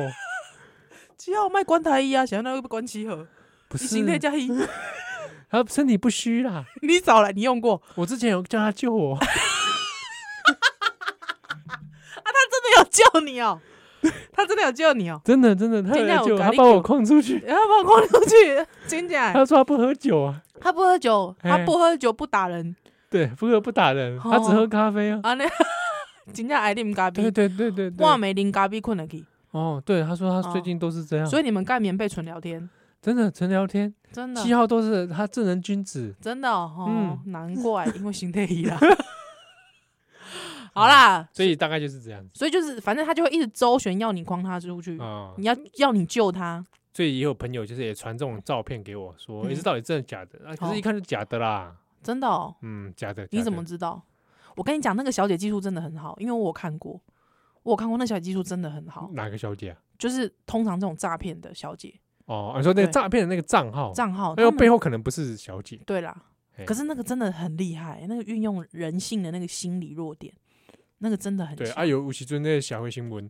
Speaker 3: 七号卖关台衣啊，想要那个关七盒，
Speaker 1: 不
Speaker 3: 你
Speaker 1: 是
Speaker 3: 心，态加一，
Speaker 1: 他身体不虚啦，
Speaker 3: 你少来，你 用过？
Speaker 1: 我之前有叫他救我，
Speaker 3: 他真的有救你哦， 他真的有救你哦。
Speaker 1: 真的真的，他有
Speaker 3: 真的
Speaker 1: 来
Speaker 3: 有
Speaker 1: 救我，
Speaker 3: 咖
Speaker 1: 他
Speaker 3: 喱
Speaker 1: 把我
Speaker 3: 酒
Speaker 1: 框出去，
Speaker 3: 然后把我框出去，真假？
Speaker 1: 他说他不喝酒啊，
Speaker 3: 他不喝酒，
Speaker 1: 嘿
Speaker 3: 他不喝酒不打人
Speaker 1: 对，不喝不打人，他只
Speaker 3: 哦
Speaker 1: 喝咖啡啊，
Speaker 3: 啊！那 真正爱啉咖
Speaker 1: 对
Speaker 3: 啡，
Speaker 1: 对对对对
Speaker 3: 我，没啉咖啡困得去，
Speaker 1: 哦，对，他说他
Speaker 3: 哦
Speaker 1: 最近都是这样，
Speaker 3: 所以你们盖棉被纯聊天，
Speaker 1: 真的纯聊天，
Speaker 3: 真的
Speaker 1: 七号都是他正人君子，
Speaker 3: 真的哦，哦
Speaker 1: 嗯
Speaker 3: 难怪，因为心态一 啦。 好啦，
Speaker 1: 所以大概就是这样子
Speaker 3: 所以就是反正他就会一直周旋，要你框他出去，
Speaker 1: 啊。
Speaker 3: 你要要你救他，
Speaker 1: 所以也有朋友就是也传这种照片给我说，
Speaker 3: 嗯
Speaker 1: 诶这到底真的假的？啊，可是一看就假的啦，
Speaker 3: 真的哦。
Speaker 1: 嗯，假的。假
Speaker 3: 你
Speaker 1: 的
Speaker 3: 怎么？知道？我跟你讲，那个小姐技术真的很好，因为我有看过，我有看过那小姐技术真的很好，
Speaker 1: 哪个小姐啊？
Speaker 3: 就是通常这种诈骗的小姐
Speaker 1: 哦，啊你说那个
Speaker 3: 对
Speaker 1: 诈骗的那个账号，
Speaker 3: 账号，
Speaker 1: 那个
Speaker 3: 他们
Speaker 1: 背后可能不是小姐，
Speaker 3: 对啦
Speaker 1: 嘿，
Speaker 3: 可是那个真的很厉害，那个运用人性的那个心理弱点，那个真的很
Speaker 1: 对
Speaker 3: 强
Speaker 1: 啊，有吴奇尊那个社会新闻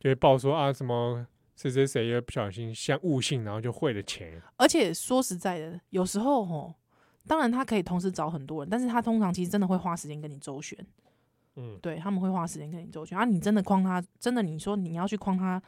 Speaker 1: 就会报说啊什么谁谁谁又不小心像误信，然后就汇了钱，
Speaker 3: 而且说实在的，有时候吼，当然他可以同时找很多人，但是他通常其实真的会花时间跟你周旋，
Speaker 1: 嗯，
Speaker 3: 对他们会花时间跟你周旋啊。你真的框他，真的你说你要去框他，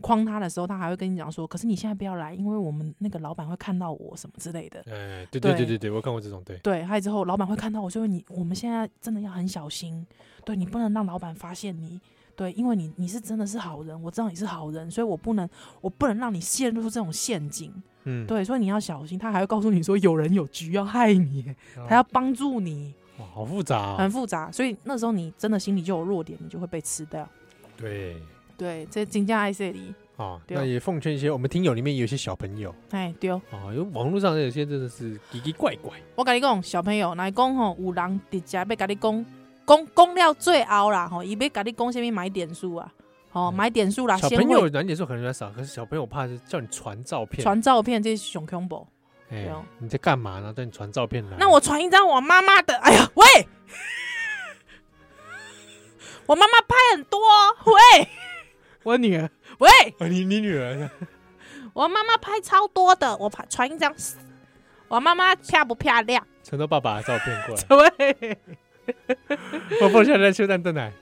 Speaker 3: 框他的时候，他还会跟你讲说，可是你现在不要来，因为我们那个老板会看到我什么之类的。
Speaker 1: 哎，对对对
Speaker 3: 对
Speaker 1: 对对，我看过这种，对，
Speaker 3: 对，还有之后老板会看到我，所以你我们现在真的要很小心，对你不能让老板发现你。对，因为你你是真的是好人，我知道你是好人，所以我不能我不能让你陷入这种陷阱。
Speaker 1: 嗯，
Speaker 3: 对，所以你要小心。他还会告诉你说有人有局要害你，
Speaker 1: 哦，
Speaker 3: 他要嗯帮助你，
Speaker 1: 哇，好复杂啊，
Speaker 3: 很复杂。所以那时候你真的心里就有弱点，你就会被吃掉。
Speaker 1: 对。
Speaker 3: 对，这金价爱这里，
Speaker 1: 啊，
Speaker 3: 对
Speaker 1: 那
Speaker 3: 哦
Speaker 1: 也奉劝一些我们听友里面有一些小朋友
Speaker 3: 哎丢！
Speaker 1: 啊，因为网络上有些真的是奇奇怪怪，
Speaker 3: 我跟你讲，小朋友来讲吼，有人直接要跟你讲，讲讲了最后啦吼，伊要跟你讲什么买点数啊，吼、
Speaker 1: 嗯
Speaker 3: 买点数啦，
Speaker 1: 小
Speaker 3: 先
Speaker 1: 朋友
Speaker 3: 会
Speaker 1: 难点数可能比较少，可是小朋友怕是叫你传照片，
Speaker 3: 传照片，这是熊恐怖。
Speaker 1: 哎
Speaker 3: 对哦
Speaker 1: 你在干嘛呢？叫你传照片来，
Speaker 3: 那我传一张我妈妈的，哎呀喂， 我妈妈拍很多哦，喂，我女儿喂。
Speaker 1: 啊你你女 儿呢？
Speaker 3: 我妈妈拍超多的，我拍传一张。我妈妈漂不漂亮？，
Speaker 1: 传到爸爸的照片过来
Speaker 3: 对，
Speaker 1: 我放下来修蛋蛋奶。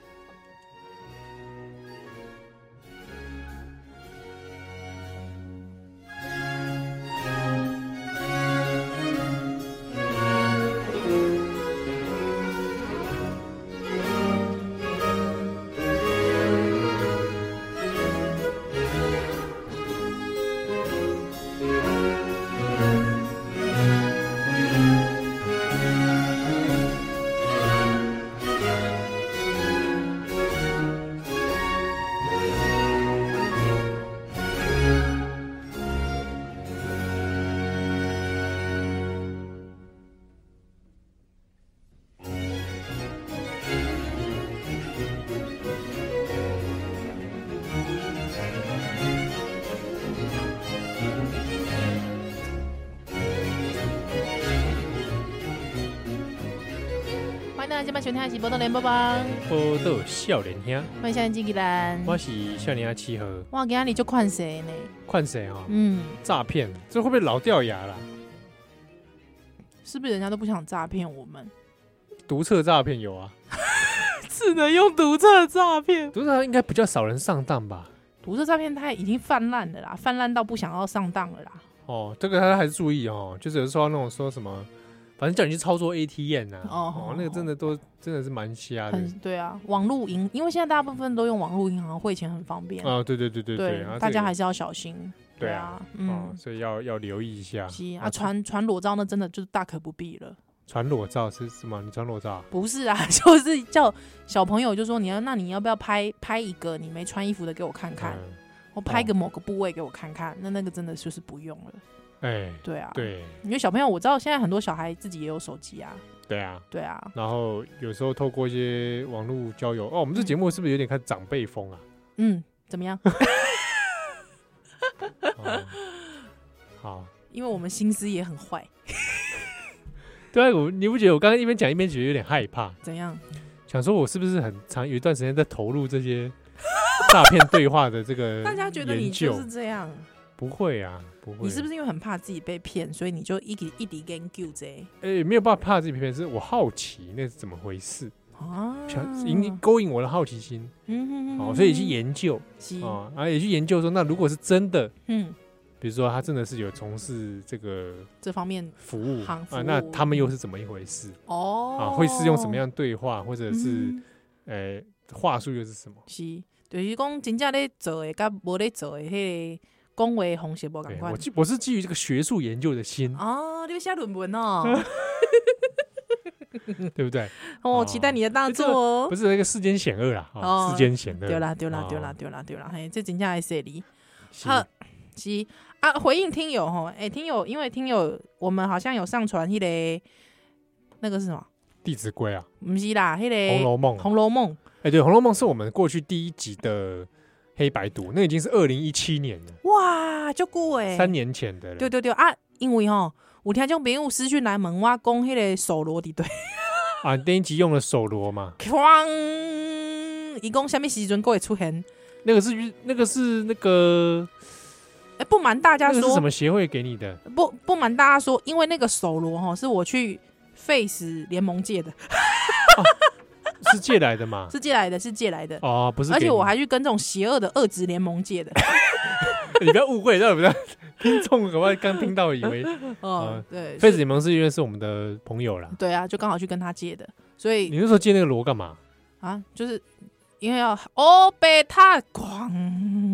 Speaker 3: 咱今晚收听的是《波多连播帮》，
Speaker 1: 我都有笑脸兄，
Speaker 3: 欢迎下一季吉兰。
Speaker 1: 我是笑脸兄七和，
Speaker 3: 哇，今天你就看谁呢？
Speaker 1: 看谁哦？
Speaker 3: 嗯，
Speaker 1: 诈骗，这会不会老掉牙了？
Speaker 3: 是不是人家都不想诈骗我 们？
Speaker 1: 毒测诈骗有啊，
Speaker 3: 只能用毒册诈骗，
Speaker 1: 毒测应该比较少人上当吧？
Speaker 3: 毒册诈骗它已经泛滥了啦，泛滥到不想要上当了啦。
Speaker 1: 哦，这个大家还是注意哦，就是有时候那种说什么，反正叫你去操作 ATM 啊，
Speaker 3: 哦
Speaker 1: 哦，那个真的都真的是蛮瞎的
Speaker 3: 很对啊，网络银，因为现在大部分都用网络银行汇钱，很方便。
Speaker 1: 啊，对对对对对，啊
Speaker 3: 大家
Speaker 1: 这个
Speaker 3: 还是要小心。
Speaker 1: 对啊
Speaker 3: 啊，
Speaker 1: 哦
Speaker 3: 嗯，，
Speaker 1: 所以要要留意一下
Speaker 3: 是啊，传传裸照那真的就是大可不必了。
Speaker 1: 传裸照是什么？你传裸照啊？
Speaker 3: 不是啊， 就是叫小朋友就说你要，那你要不要拍拍一个你没穿衣服的给我看看，
Speaker 1: 嗯
Speaker 3: 或拍个某个部位给我看看？那那个真的就是不用了。
Speaker 1: 哎，
Speaker 3: 对啊，，
Speaker 1: 对
Speaker 3: 因为小朋友我知道现在很多小孩自己也有手机啊，
Speaker 1: 对啊。
Speaker 3: 对啊，
Speaker 1: 然后有时候透过一些网络交友，哦，我们这节目是不是有点开始长辈 风啊？
Speaker 3: 嗯，怎 么样？
Speaker 1: 哦好，
Speaker 3: 因为我们心思也很坏，
Speaker 1: 对啊，我你不觉得我刚刚一边讲一边觉得有点害怕，
Speaker 3: 怎样？
Speaker 1: 想说我是不是很长有一段时间在投入这 些诈骗对话的这个研究？
Speaker 3: 大家觉得你就是这样，
Speaker 1: 不会啊，不会。
Speaker 3: 你是不是因为很怕自己被骗，所以你就一滴一滴跟 Q 这
Speaker 1: 诶，没有办法怕自己被骗，是我好奇那是怎么回事，
Speaker 3: 啊？
Speaker 1: 想引勾引我的好奇心，
Speaker 3: 嗯哼
Speaker 1: 哦，所以去研究
Speaker 3: 析，
Speaker 1: 哦，然后也去研究说，那如果是真的，
Speaker 3: 嗯，
Speaker 1: 比如说他真的是有从事这个
Speaker 3: 这方面
Speaker 1: 服务
Speaker 3: 行服务
Speaker 1: 啊，那他们又是怎么一回事
Speaker 3: 哦，
Speaker 1: 啊？会是用什么样的对话，或者是
Speaker 3: 嗯
Speaker 1: 诶话术又是什么？
Speaker 3: 是，就是讲真正咧做诶，甲无咧做诶，迄个讲话的方式无共
Speaker 1: 对
Speaker 3: 款
Speaker 1: 我。基我是基于这个学术研究的心，
Speaker 3: 哦，你要写论 文哦，
Speaker 1: 对不对？
Speaker 3: 哦，期待你的大作哦
Speaker 1: 不。是那个世间险恶啦，啊，
Speaker 3: 哦
Speaker 1: 世间险恶。
Speaker 3: 对啦，对啦
Speaker 1: 哦，
Speaker 3: 对啦，，对啦，对啦，嘿，这真正爱说你。
Speaker 1: 是
Speaker 3: 好，是啊，回应听友吼，诶，听友，因为听友，我们好像有上传迄个那个是什么？
Speaker 1: 弟子规啊，
Speaker 3: 毋是啦，迄
Speaker 1: 《红
Speaker 3: 个《
Speaker 1: 楼梦》啊。
Speaker 3: 红楼梦》
Speaker 1: 哎，对，《红楼梦》是我们过去第一集的黑白读，那已经是二零一七年了，
Speaker 3: 哇，足久诶，
Speaker 1: 三年前的了。
Speaker 3: 对对对啊，因为吼，有听种朋友私讯来问我讲迄个手罗伫对。
Speaker 1: 啊，那一集用了手罗嘛，
Speaker 3: 哐！伊讲虾米时阵过会出现？
Speaker 1: 那个是日那个是那个
Speaker 3: 哎、不瞒大
Speaker 1: 那
Speaker 3: 家
Speaker 1: 个是什
Speaker 3: 说，
Speaker 1: 么协会给你的？
Speaker 3: 不不瞒大家说，因为那个手罗哈是我去 Face 联盟借的，
Speaker 1: 是借来的 嘛？
Speaker 3: 是借来的，是借来的。
Speaker 1: 哦，不是给
Speaker 3: 而
Speaker 1: 你，
Speaker 3: 且我还去跟这种邪恶的恶职联盟借的。
Speaker 1: 你不要误会，让不要 听众可能刚听到以 为
Speaker 3: 哦，对，
Speaker 1: 费
Speaker 3: 是
Speaker 1: 子联盟是因为是我们的朋友啦。
Speaker 3: 对啊，就刚好去跟他借的，所以
Speaker 1: 你那时候借那个罗干嘛？
Speaker 3: 啊，就是因为要哦被他狂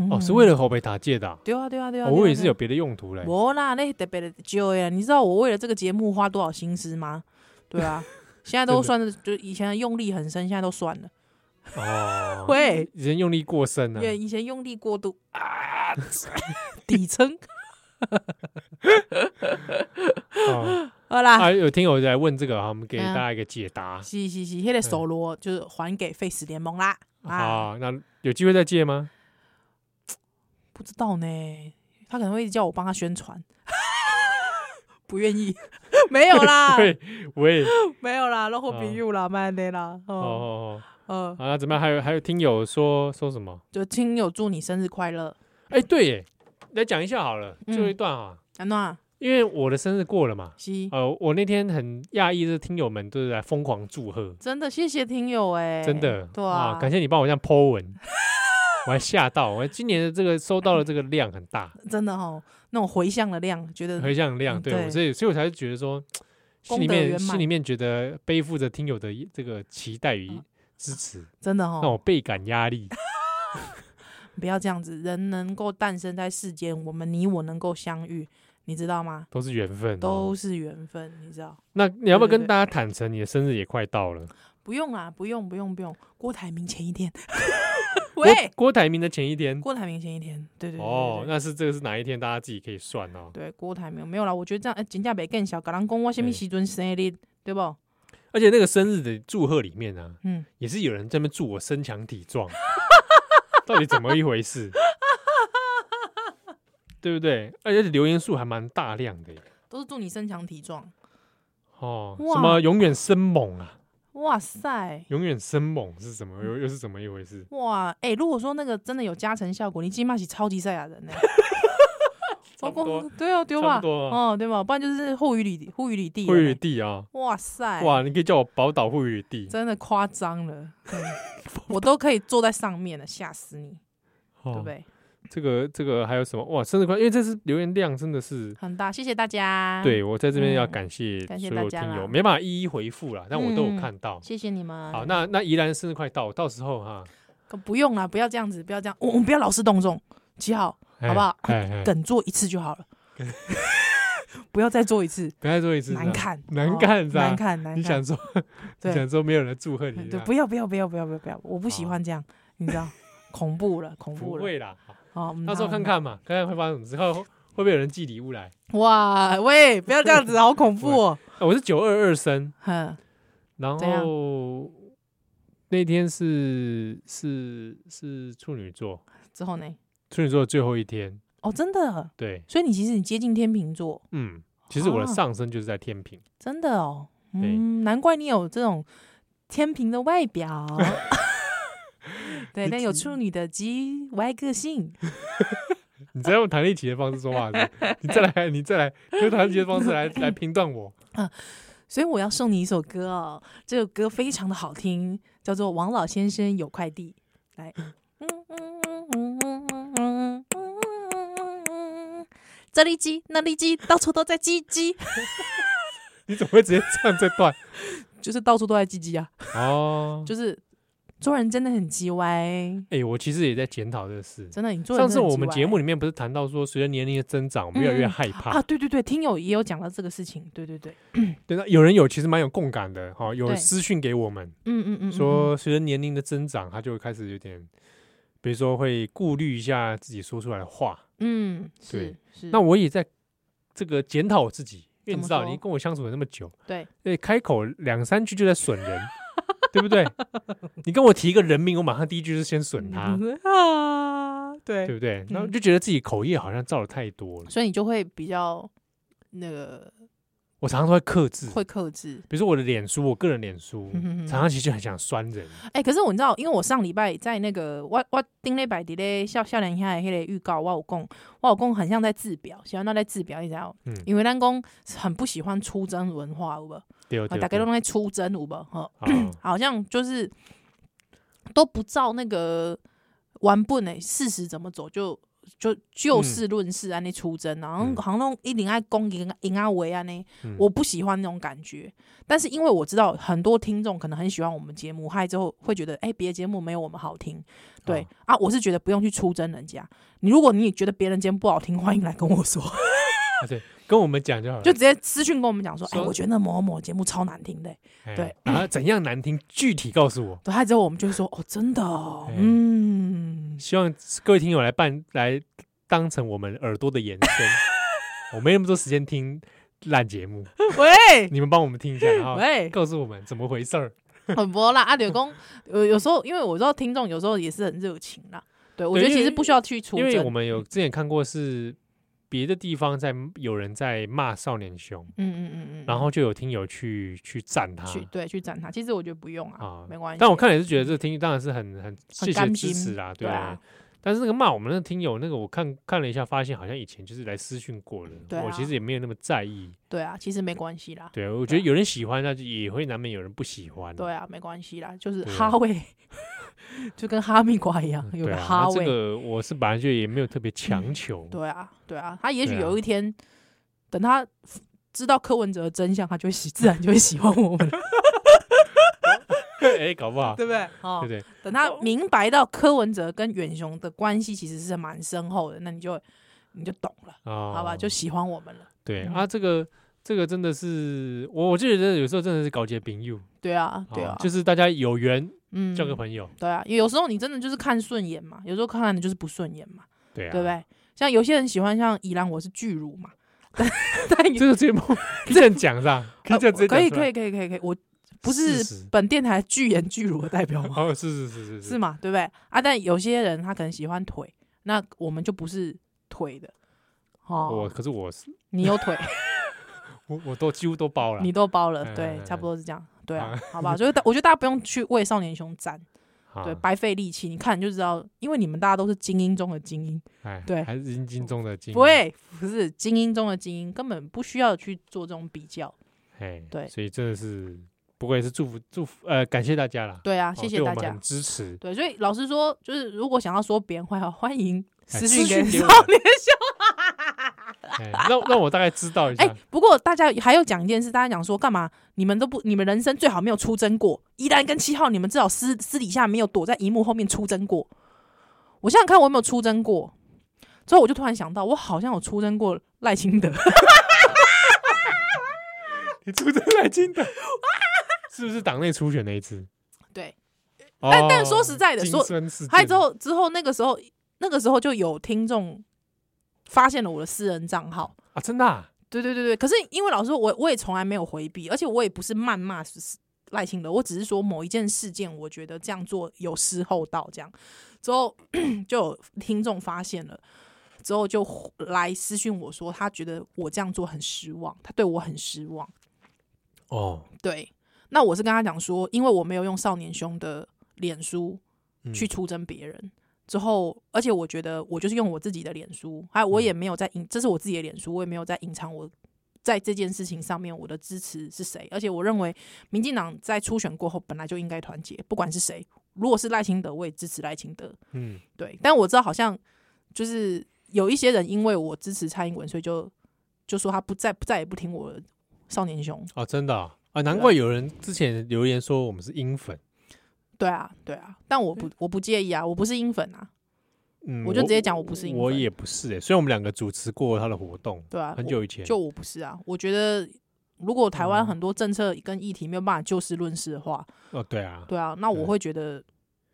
Speaker 1: 哦，是为了侯贝塔借的啊。
Speaker 3: 对啊对嗯啊对啊，
Speaker 1: 哦我以为
Speaker 3: 对啊
Speaker 1: 是有。别的用途嘞。
Speaker 3: 我啦，那特别的久呀！你知道我为了这个节目花多少心思吗？对啊，现在都算是就以前用力很深，现在都算了。
Speaker 1: 哦，
Speaker 3: 喂，
Speaker 1: 以前用力过深
Speaker 3: 因
Speaker 1: 啊。
Speaker 3: 为以前用力过度啊， 底层。
Speaker 1: 哦
Speaker 3: 好啦，
Speaker 1: 啊，有听友在问这个啊，我们给
Speaker 3: 嗯
Speaker 1: 大家一个解答。
Speaker 3: 是是是，迄个手罗就是还给 Face 联盟啦。啊，
Speaker 1: 好，那有机会再借吗？
Speaker 3: 不知道呢，他可能会一直叫我帮他宣传， 不愿意。 没有啦，
Speaker 1: 喂喂，
Speaker 3: 没有啦，然后朋友啦，慢点啦。
Speaker 1: 哦
Speaker 3: 哦
Speaker 1: 哦哦，
Speaker 3: 哦，
Speaker 1: 好，那怎么样？还有还有听友说说什么？
Speaker 3: 就亲友祝你生日快乐，
Speaker 1: 哎，对耶，来讲一下好了，
Speaker 3: 嗯
Speaker 1: 最后一段啊，
Speaker 3: 安娜
Speaker 1: 因为我的生日过了嘛，
Speaker 3: 西。
Speaker 1: 呃，我那天很讶异，就是听友们都是来疯狂祝贺，
Speaker 3: 真的，谢谢听友哎、
Speaker 1: 真的，
Speaker 3: 对啊，
Speaker 1: 感谢你帮我这样 po 文，我还吓到，我还今年的这个收到的这个量很大，
Speaker 3: 真的哦，那种回向的量，觉得
Speaker 1: 回向量，
Speaker 3: 嗯
Speaker 1: 对，
Speaker 3: 对
Speaker 1: 我所以所以我才会觉得说，心里
Speaker 3: 功德
Speaker 1: 面
Speaker 3: 圆满
Speaker 1: 心里面觉得背负着听友的这个期待与支持，
Speaker 3: 真的
Speaker 1: 让我
Speaker 3: 哦，
Speaker 1: 倍感压 力。
Speaker 3: 不要这样子，人能够诞生在世间，我们你我能够相遇，你知道吗？
Speaker 1: 都是缘分、哦，
Speaker 3: 都是缘分，你知道？
Speaker 1: 那你要不要
Speaker 3: 对对
Speaker 1: 跟
Speaker 3: 对
Speaker 1: 大家坦诚，你的生日也快到了？
Speaker 3: 不用啦，不用，不用，不用。郭台铭前一 天，
Speaker 1: 郭
Speaker 3: 喂，
Speaker 1: 郭台铭的前一天，
Speaker 3: 郭台铭前一天，对对对
Speaker 1: 哦
Speaker 3: 对，对
Speaker 1: 那是这个是哪一天？大家自己可以算哦。
Speaker 3: 对郭台铭没有啦，我觉得这样，哎、金价北更小，搞人讲我什么时阵生日，对不？
Speaker 1: 而且那个生日的祝贺里面啊呢、
Speaker 3: 嗯，
Speaker 1: 也是有人在那边祝我身强体壮， 到底怎么一回 事？对不对？而且留言数还蛮大量的耶
Speaker 3: 都是祝你身强体壮。
Speaker 1: 哦，
Speaker 3: 哇
Speaker 1: 什么永远生猛啊，
Speaker 3: 哇塞，
Speaker 1: 永远生猛是什么？又又是怎么一回事？
Speaker 3: 哇，哎、如果说那个真的有加成效果，你起码是超级赛亚人呢、
Speaker 1: 差不多，
Speaker 3: 对哦，对
Speaker 1: 差
Speaker 3: 吧
Speaker 1: 不？多啊。
Speaker 3: 哦，对吧？不然就是护宇里护宇里地人
Speaker 1: 护
Speaker 3: 欸、
Speaker 1: 宇地啊，
Speaker 3: 哇塞，
Speaker 1: 哇，你可以叫我宝岛护宇地。
Speaker 3: 哎真的夸张了， 嗯我都可以坐在上面了，吓死你，
Speaker 1: 哦
Speaker 3: 对不对？
Speaker 1: 这个这个还有什么？哇，生日快！因为这次留言量真的是，
Speaker 3: 很大，谢谢大家，，
Speaker 1: 对我在这边要
Speaker 3: 嗯
Speaker 1: 感谢
Speaker 3: 啊感谢
Speaker 1: 所有
Speaker 3: 大家嗯
Speaker 1: 听友，
Speaker 3: 啦
Speaker 1: 没办法一一回复啦，但我都有看到。
Speaker 3: 谢谢你们。
Speaker 1: 好，那那宜兰生日快到，到时候哈，
Speaker 3: 不用啦，不要这样子，不要这样，我我们不要老是动众，七号
Speaker 1: 哎
Speaker 3: 好不好
Speaker 1: 哎 哎
Speaker 3: 梗做一次就好 了，不要再做一次，
Speaker 1: 不要再做一次，
Speaker 3: 难看，
Speaker 1: 难
Speaker 3: 哦
Speaker 1: 看，
Speaker 3: 难。看，难
Speaker 1: 你
Speaker 3: 看
Speaker 1: 想。说，你
Speaker 3: 对
Speaker 1: 想说没有人祝贺你
Speaker 3: 嗯
Speaker 1: 是
Speaker 3: 对，
Speaker 1: 吧，
Speaker 3: 不要不要不要不要不要不要，我不喜
Speaker 1: 好
Speaker 3: 欢这样，你知道，恐怖了，恐
Speaker 1: 不
Speaker 3: 怖了。
Speaker 1: 会啦。好
Speaker 3: 好，嗯
Speaker 1: 到时候
Speaker 3: 好
Speaker 1: 看
Speaker 3: 嗯
Speaker 1: 看嘛，看看会发生什么事，看会会不会有人寄礼物来。
Speaker 3: 哇，喂，不要这样子，好恐怖哦。
Speaker 1: 啊我是九二二生，
Speaker 3: 哼，
Speaker 1: 然
Speaker 3: 怎样
Speaker 1: 后那天是是是处女座，
Speaker 3: 之后呢？
Speaker 1: 处女座的最后一天，
Speaker 3: 哦，真的，
Speaker 1: 对，
Speaker 3: 所以你其实你接近天秤座，
Speaker 1: 嗯，其实我的
Speaker 3: 啊
Speaker 1: 上升就是在天平，
Speaker 3: 真的哦。嗯，难怪你有这种天平的外表。对，但有处女的极歪个性，
Speaker 1: 你在用弹力棋的方式说话是不 是你再来，你再来用弹力棋的方式来来评断我，
Speaker 3: 所以我要送你一首歌哦，这首歌非常的好听，叫做《王老先生有快递》。来，这里鸡，那里鸡，到处都在叽叽，
Speaker 1: 你怎么会直接唱这 段？
Speaker 3: 就是到处都在叽叽啊，
Speaker 1: 哦，
Speaker 3: 就是做人真的很叽歪，
Speaker 1: 哎、我其实也在检讨这个事。
Speaker 3: 真的，你做人
Speaker 1: 上
Speaker 3: 真
Speaker 1: 次
Speaker 3: 的很
Speaker 1: 我们
Speaker 3: 叽
Speaker 1: 节
Speaker 3: 歪
Speaker 1: 目里面不是谈到说，随着年龄的增长，我们越来越
Speaker 3: 嗯
Speaker 1: 害怕。
Speaker 3: 啊，对对对，听友也有讲到这个事情，对对对，
Speaker 1: 对，那有人有其实蛮有共感的，哈、有
Speaker 3: 对
Speaker 1: 私讯给我们
Speaker 3: 嗯嗯嗯，嗯
Speaker 1: 说，随着年龄的增长，他就会开始有点，比如说会顾虑一下自己说出来的话。
Speaker 3: 嗯是
Speaker 1: 对
Speaker 3: 是，
Speaker 1: 那我也在这个检讨我自己，因为
Speaker 3: 怎
Speaker 1: 你
Speaker 3: 么
Speaker 1: 知道，
Speaker 3: 说
Speaker 1: 你跟我相处了那么久，
Speaker 3: 对
Speaker 1: 对，开口两三句就在损 人，对不对？你跟我提一个人名，我马上第一句就是先损他，
Speaker 3: 啊，对
Speaker 1: 对不对？然后
Speaker 3: 嗯
Speaker 1: 就觉得自己口业好像造的太多了，
Speaker 3: 所以你就会比较那个
Speaker 1: 我常常都会克制。
Speaker 3: 会克制。
Speaker 1: 比如说我的脸书，我个人脸书
Speaker 3: 嗯哼哼
Speaker 1: 常常其实很想酸人，
Speaker 3: 哎、可是我知道，因为我上礼拜在那个我我顶礼拜伫咧笑笑脸下的迄个预告，我有讲我有讲很像在自表，喜欢那在自表，你知道？
Speaker 1: 嗯
Speaker 3: 因为咱讲很不喜欢出征文化，有无？啊
Speaker 1: 对对
Speaker 3: 大家都
Speaker 1: 对
Speaker 3: 在出征，有无？吼，
Speaker 1: 啊
Speaker 3: 好像就是都不照那个完本诶、事实怎么走就。就就事论事安尼出征，然后
Speaker 1: 嗯
Speaker 3: 好像弄一定爱攻赢赢阿维安尼，
Speaker 1: 嗯
Speaker 3: 我不喜欢那种感觉。但是因为我知道很多听众可能很喜欢我们节目，嗨之后会觉得，哎、别的节目没有我们好听。对、
Speaker 1: 哦
Speaker 3: 啊，我是觉得不用去出征人家。你如果你也觉得别人节目不好听，欢迎来跟我说，
Speaker 1: 啊对，跟我们讲就好了，
Speaker 3: 就直接私讯跟我们讲说，哎、
Speaker 1: 说
Speaker 3: 我觉得那某某节目超难听的、
Speaker 1: 哎
Speaker 3: 对，
Speaker 1: 然后怎样难听，具体告诉我。
Speaker 3: 对，嗨之后我们就会说，哦，真的、哦
Speaker 1: 哎，
Speaker 3: 嗯，
Speaker 1: 希望各位听友来办来当成我们耳朵的延 伸，我没那么多时间听烂节目，
Speaker 3: 喂。
Speaker 1: 你们帮我们听 一下，然后
Speaker 3: 喂，
Speaker 1: 告诉我们怎么回事儿。
Speaker 3: 很不啦，阿柳公，呃，有时候因为我知道听众有时候也是很热情啦，对我
Speaker 1: 对
Speaker 3: 觉得
Speaker 1: 因
Speaker 3: 其实
Speaker 1: 为
Speaker 3: 不需要去出
Speaker 1: 因
Speaker 3: 征，
Speaker 1: 为我们有之前看过是别的地方在有人在骂少年凶，
Speaker 3: 嗯嗯嗯嗯，
Speaker 1: 然后就有听友去去赞他。
Speaker 3: 去对去赞他，其实我觉得不用
Speaker 1: 啊
Speaker 3: 啊，没关系。
Speaker 1: 但我看了也是觉得这个听当然是很很谢谢
Speaker 3: 甘
Speaker 1: 支
Speaker 3: 心
Speaker 1: 持啦，对
Speaker 3: 对啊
Speaker 1: 但是那个骂我们的听友，那个我看看了一下，发现好像以前就是来私讯过的，
Speaker 3: 对
Speaker 1: 我
Speaker 3: 啊
Speaker 1: 其实也没有那么在意。
Speaker 3: 对啊，其实没关系啦，
Speaker 1: 对，我觉
Speaker 3: 对啊
Speaker 1: 得有人喜欢，那就也会难免有人不喜欢。
Speaker 3: 对啊，没关系啦，就是
Speaker 1: 对啊
Speaker 3: 哈味， 就跟哈密瓜一样，
Speaker 1: 对
Speaker 3: 有个
Speaker 1: 啊，
Speaker 3: 哈
Speaker 1: 那这
Speaker 3: 味。
Speaker 1: 个我是本来就也没有特别强求。
Speaker 3: 对啊，对啊，他也许
Speaker 1: 对啊
Speaker 3: 有一天，等他知道柯文哲的真相，他就会喜，自然就会喜欢我们了，
Speaker 1: 哎，搞不 好，对
Speaker 3: 对不对？哦
Speaker 1: 不，对？
Speaker 3: 等他明白到柯文哲跟远雄的关系其实是蛮深厚的，那你就你就懂了，
Speaker 1: 啊，
Speaker 3: 哦好吧？就喜欢我们了。
Speaker 1: 对
Speaker 3: 嗯
Speaker 1: 啊，这个这个真的是我，我就觉得有时候真的是搞结朋友，
Speaker 3: 对啊，对
Speaker 1: 啊
Speaker 3: 啊，
Speaker 1: 就是大家有缘
Speaker 3: 嗯，
Speaker 1: 交个朋友，
Speaker 3: 对啊，有时候你真的就是看顺眼嘛，有时候看你就是不顺眼嘛。
Speaker 1: 对啊，
Speaker 3: 对不？对？像有些人喜欢像宜兰，我是巨乳嘛， 但但有
Speaker 1: 这个节目 可以这样讲是吧？可以这样直接
Speaker 3: 呃可
Speaker 1: 讲
Speaker 3: 以
Speaker 1: 出来
Speaker 3: 可以可以可以可以，我不
Speaker 1: 事
Speaker 3: 是
Speaker 1: 实
Speaker 3: 本电台巨言巨乳的代表吗？
Speaker 1: 哦，是是是 是
Speaker 3: 是，吗？对不对？啊，但有些人他可能喜欢腿，那我们就不是腿的
Speaker 1: 我
Speaker 3: 哦。
Speaker 1: 可是我是
Speaker 3: 你有腿，
Speaker 1: 我我都几乎都包了，
Speaker 3: 你都包了
Speaker 1: 哎，哎
Speaker 3: 对
Speaker 1: 哎，
Speaker 3: 差不多是这样。对啊， 好吧，所以大我觉得大家不用去为少年兄战，
Speaker 1: 好
Speaker 3: 对，白费力气。你看你就知道，因为你们大家都是精英中的精英，
Speaker 1: 哎，
Speaker 3: 对
Speaker 1: 还是阴茎中的茎，
Speaker 3: 不，会不是精英中的精英，根本不需要去做这种比较。
Speaker 1: 哎，
Speaker 3: 对
Speaker 1: 所以真的是，不过也是祝福祝福，呃，感谢大家啦，
Speaker 3: 对啊，
Speaker 1: 哦
Speaker 3: 谢谢
Speaker 1: 对我
Speaker 3: 大
Speaker 1: 们
Speaker 3: 家。
Speaker 1: 很支持，
Speaker 3: 对，所以老实说，就是如果想要说别人坏话，欢迎
Speaker 1: 哎
Speaker 3: 私讯
Speaker 1: 私
Speaker 3: 给
Speaker 1: 讯给
Speaker 3: 少
Speaker 1: 我
Speaker 3: 年兄。
Speaker 1: 哎，让让我大概知道一
Speaker 3: 哎、
Speaker 1: 下，
Speaker 3: 不过大家还有讲一件事，大家讲说干嘛？你们都不，你们人生最好没有出征过。依然跟七号，你们至少私私底下没有躲在荧幕后面出征过。我想想看，我有没有出征过？之后我就突然想到，我好像有出征过赖清德，
Speaker 1: 你出征来金的，是不是党内初选那一次？
Speaker 3: 对，
Speaker 1: 哦，
Speaker 3: 但但说实在的说
Speaker 1: 金孙事件
Speaker 3: 还有之后之后那个时候那个时候就有听众发现了我的私人账号，
Speaker 1: 啊，真的啊，
Speaker 3: 对对对对，可是因为老师我我也从来没有回避，而且我也不是谩骂赖清德，我只是说某一件事件，我觉得这样做有失厚道，这样之后 就有听众发现了。之后就来私讯我说，他觉得我这样做很失望，他对我很失望。
Speaker 1: 哦，
Speaker 3: 对，那我是跟他讲说，因为我没有用少年兄的脸书
Speaker 1: 嗯
Speaker 3: 去出征别人。之后，而且我觉得我就是用我自己的脸书，还有我也没有在隐，这是我自己的脸书，我也没有在隐藏我在这件事情上面我的支持是谁。而且我认为，民进党在初选过后本来就应该团结，不管是谁，如果是赖清德，我也支持赖清德。
Speaker 1: 嗯，
Speaker 3: 对，但我知道好像就是有一些人因为我支持蔡英文，所以就就说他不再再也不听我的少年兄。
Speaker 1: 哦，真的啊，啊难怪有人之前留言说我们是英粉，
Speaker 3: 对啊，对啊，但我不我不介意啊，我不是英粉啊，
Speaker 1: 嗯，
Speaker 3: 我就直接讲我不是英粉
Speaker 1: 我也不是哎，虽然我们两个主持过他的活动，
Speaker 3: 对啊，
Speaker 1: 很
Speaker 3: 我
Speaker 1: 久以前，
Speaker 3: 就我不是啊，我觉得如果台湾
Speaker 1: 嗯
Speaker 3: 很多政策跟议题没有办法就事论事的话，
Speaker 1: 哦，对啊，
Speaker 3: 对啊，那我
Speaker 1: 对
Speaker 3: 会觉得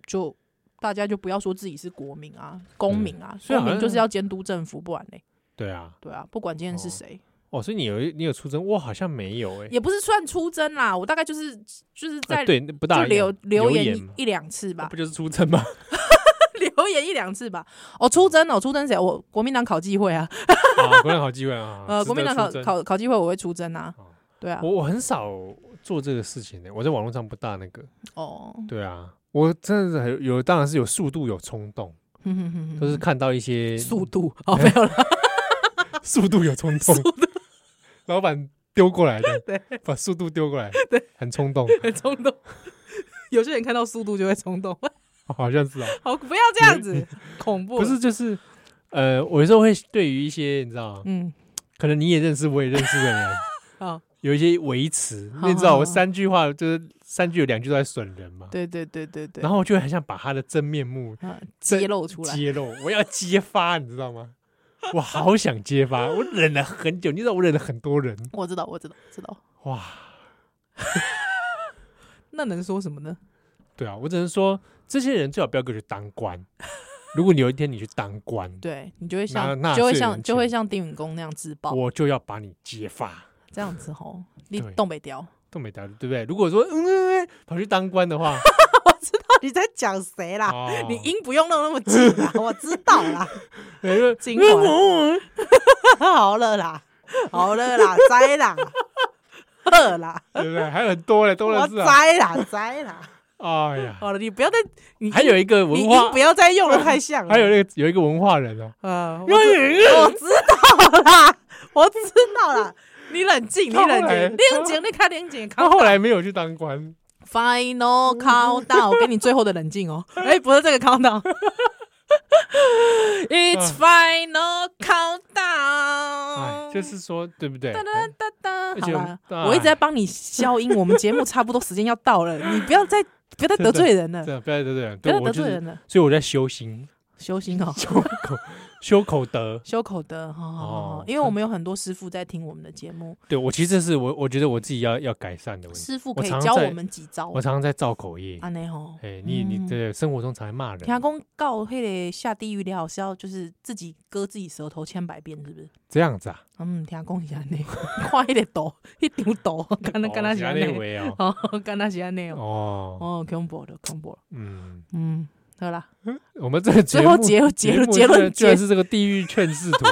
Speaker 3: 就大家就不要说自己是国民啊、公民啊，
Speaker 1: 所以嗯
Speaker 3: 公
Speaker 1: 好
Speaker 3: 民
Speaker 1: 像
Speaker 3: 就是要监督政府，不然嘞，
Speaker 1: 对啊，
Speaker 3: 对啊，不管今天是
Speaker 1: 哦
Speaker 3: 谁，
Speaker 1: 哦，所以你有你有出征，我好像没有哎，
Speaker 3: 也不是算出征啦，我大概就是就是
Speaker 1: 啊
Speaker 3: 在
Speaker 1: 对，那不
Speaker 3: 就
Speaker 1: 大一
Speaker 3: 留
Speaker 1: 样留
Speaker 3: 言
Speaker 1: 嘛啊
Speaker 3: 一一两次吧
Speaker 1: 不，就是出征吗？
Speaker 3: 留言一两次吧，哦，出征哦，出征谁？我国民党考纪会啊，
Speaker 1: 啊，国民党好机会啊！
Speaker 3: 呃，
Speaker 1: 值
Speaker 3: 国民
Speaker 1: 得
Speaker 3: 党
Speaker 1: 出征，
Speaker 3: 考考考纪会我会出征啊
Speaker 1: 哦，
Speaker 3: 对啊
Speaker 1: 我，我很少做这个事情欸的、我在网络上不大那个。
Speaker 3: 哦。
Speaker 1: 对啊，我真的是很有，当然是有速度有冲动，
Speaker 3: 哼哼哼哼
Speaker 1: 都是看到一些
Speaker 3: 嗯速度哦，没有了，
Speaker 1: 速度有冲动，老板丢过来的，
Speaker 3: 对，
Speaker 1: 把速度丢过来，
Speaker 3: 对，
Speaker 1: 很冲动，
Speaker 3: 很冲动。 有些人看到速度就会冲动，
Speaker 1: 好像是啊，
Speaker 3: 好，不要这样子，恐怖。
Speaker 1: 不是，就是呃，我有时候会对于一些你知道，
Speaker 3: 嗯，
Speaker 1: 可能你也认识，我也认识的 人
Speaker 3: 好，
Speaker 1: 有一些维持，
Speaker 3: 好
Speaker 1: 你知道，
Speaker 3: 好
Speaker 1: 我
Speaker 3: 好
Speaker 1: 三句话就是三句有两句都在损人嘛，
Speaker 3: 对对对对对。
Speaker 1: 然后我就很想把他的真面目
Speaker 3: 啊
Speaker 1: 这
Speaker 3: 揭露出来，
Speaker 1: 揭露，我要揭发，你知道吗？我好想揭 发，我忍了很久，你知道我忍了很多人，
Speaker 3: 我知道，我知道，知道。
Speaker 1: 哇，
Speaker 3: 那能说什么呢？
Speaker 1: 对啊，我只能说这些人最好不要给我去当 官。如果你有一天你去当官，
Speaker 3: 对你就会
Speaker 1: 拿
Speaker 3: 像，
Speaker 1: 纳
Speaker 3: 就会
Speaker 1: 税
Speaker 3: 像，
Speaker 1: 人
Speaker 3: 就会
Speaker 1: 钱
Speaker 3: 像丁允恭那样自爆，
Speaker 1: 我就要把你揭发，
Speaker 3: 这样子吼，你
Speaker 1: 对
Speaker 3: 东北 雕。
Speaker 1: 都没道理，对不对？如果说嗯嗯嗯跑去当官的 话，
Speaker 2: 到底在讲谁啦？
Speaker 1: 哦
Speaker 3: 你音不用弄那么紧啦，我知道啦，
Speaker 1: 对就
Speaker 3: 精华
Speaker 1: 嗯嗯
Speaker 2: 好了啦，好了啦，栽啦，呵啦，
Speaker 1: 嗯对不对？还有很多嘞，多
Speaker 2: 我
Speaker 1: 的是啊！
Speaker 2: 栽啦，栽 啦。
Speaker 1: 哎呀，
Speaker 2: 好了，你不要再，你
Speaker 1: 还有一个文
Speaker 2: 你
Speaker 1: 化
Speaker 2: 音不，要再用的太像了。
Speaker 1: 还有那个有一个文化人哦，
Speaker 2: 呃，
Speaker 3: 啊
Speaker 2: 我
Speaker 1: 我
Speaker 2: 我知道啦，我知道啦。你冷静，你
Speaker 1: 他后来
Speaker 2: 冷静，
Speaker 1: 他
Speaker 2: 冷静，你看冷静。
Speaker 1: 他后来没有去当官，
Speaker 3: Final countdown，我给你最后的冷静 哦。
Speaker 2: 哎，不是这个 countdown，
Speaker 3: It's final
Speaker 1: 哎，
Speaker 3: countdown，
Speaker 1: 就是说对不对？哎
Speaker 3: 哒哒哒哒。
Speaker 1: 而
Speaker 3: 好
Speaker 1: 且
Speaker 3: 啦，
Speaker 1: 哎
Speaker 3: 我一直在帮你消音，我们节目差不多时间要到了，你不要再不要再得罪人了，
Speaker 1: 对，不要得罪人，
Speaker 3: 不
Speaker 1: 对
Speaker 3: 要再
Speaker 1: 我
Speaker 3: 得
Speaker 1: 就
Speaker 3: 罪
Speaker 1: 是，
Speaker 3: 人了。
Speaker 1: 所以我在修心，
Speaker 3: 修心哦，
Speaker 1: 修 口修口德。
Speaker 3: 修口德，好好好好
Speaker 1: 哦
Speaker 3: 因为我们有很多师傅在听我们的节目，
Speaker 1: 对我其实这是我我觉得我自己要要改善的问题。
Speaker 3: 师傅可以
Speaker 1: 我常
Speaker 3: 教
Speaker 1: 在
Speaker 3: 我们几招
Speaker 1: 我。常常在造口业，
Speaker 3: 安内吼，
Speaker 1: 哎，你你
Speaker 3: 啊嗯
Speaker 1: 对生活中常在骂
Speaker 3: 听
Speaker 1: 人，
Speaker 3: 公告黑个下地狱了是要就是自己割自己舌头千百遍，是不是？
Speaker 1: 这样子啊？
Speaker 3: 嗯，听讲是安尼， 看迄个图， 迄张
Speaker 1: 哦
Speaker 3: 图，敢若敢若是安
Speaker 1: 那
Speaker 3: 尼，
Speaker 1: 位 哦，
Speaker 3: 哦，敢若是安尼哦，
Speaker 1: 哦，
Speaker 3: 哦，恐怖了，恐怖了，
Speaker 1: 嗯，
Speaker 3: 嗯，好 啦，
Speaker 1: 我们这个节
Speaker 3: 最后
Speaker 1: 目
Speaker 3: 结结
Speaker 1: 节目
Speaker 3: 结
Speaker 1: 居然
Speaker 3: 论
Speaker 1: 居然
Speaker 3: 结，
Speaker 1: 是这个地狱劝世图，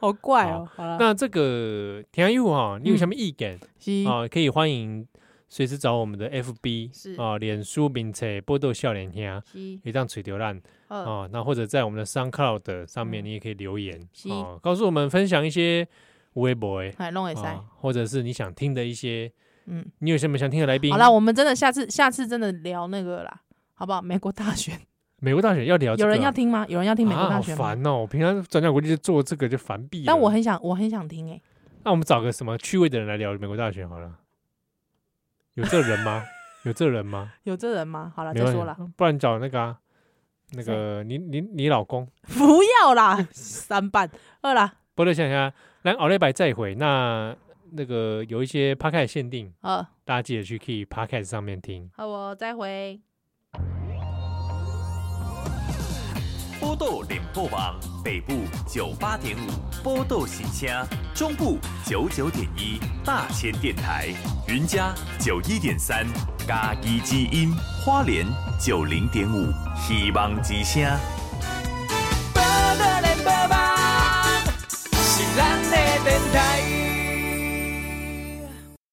Speaker 3: 好怪哦。好了，
Speaker 1: 那这个田一虎哈，你有什么意见
Speaker 3: 是
Speaker 1: 啊？可以欢迎随时找我们的 FB
Speaker 3: 是
Speaker 1: 啊、脸书名册波豆笑脸兄，
Speaker 3: 是
Speaker 1: 一张垂流浪
Speaker 3: 呃
Speaker 1: 啊。那或者在我们的 SoundCloud 上面，你也可以留言
Speaker 3: 嗯是
Speaker 1: 啊，告诉我们分享一些微博哎，
Speaker 3: 还弄会塞
Speaker 1: 啊，或者是你想听的一些，
Speaker 3: 嗯。
Speaker 1: 你有什么想听的来宾？
Speaker 3: 好啦，我们真的下次下次真的聊那个啦，好不好？美国大选
Speaker 1: 美国大选要聊这
Speaker 3: 有
Speaker 1: 个啊，
Speaker 3: 人要听吗？有人要听美国
Speaker 1: 啊
Speaker 3: 大
Speaker 1: 好
Speaker 3: 选吗？
Speaker 1: 烦哦！我平常转角国际就做这个就烦毙了。
Speaker 3: 但我很想，我很想听哎、
Speaker 1: 那我们找个什么趣味的人来聊美国大选好了。有这人 吗？有这人吗？
Speaker 3: 有这人吗？好了，
Speaker 1: 没
Speaker 3: 啊再
Speaker 1: 关系
Speaker 3: 说啦，
Speaker 1: 不然找那个、啊、那个你你你老公，
Speaker 3: 不要啦，三半二啦，
Speaker 1: 波特想啊想，来奥利白再会。那那个有一些 p o d c a s t 限定，
Speaker 3: 呃，
Speaker 1: 大家记得去 Key p o d c a s t 上面听。
Speaker 3: 好，我再回。
Speaker 5: 波豆联播网北部九八点五波豆新家，中部九九点一大千电台，云嘉九一点三嘎一基因，花莲九零点五希望之声。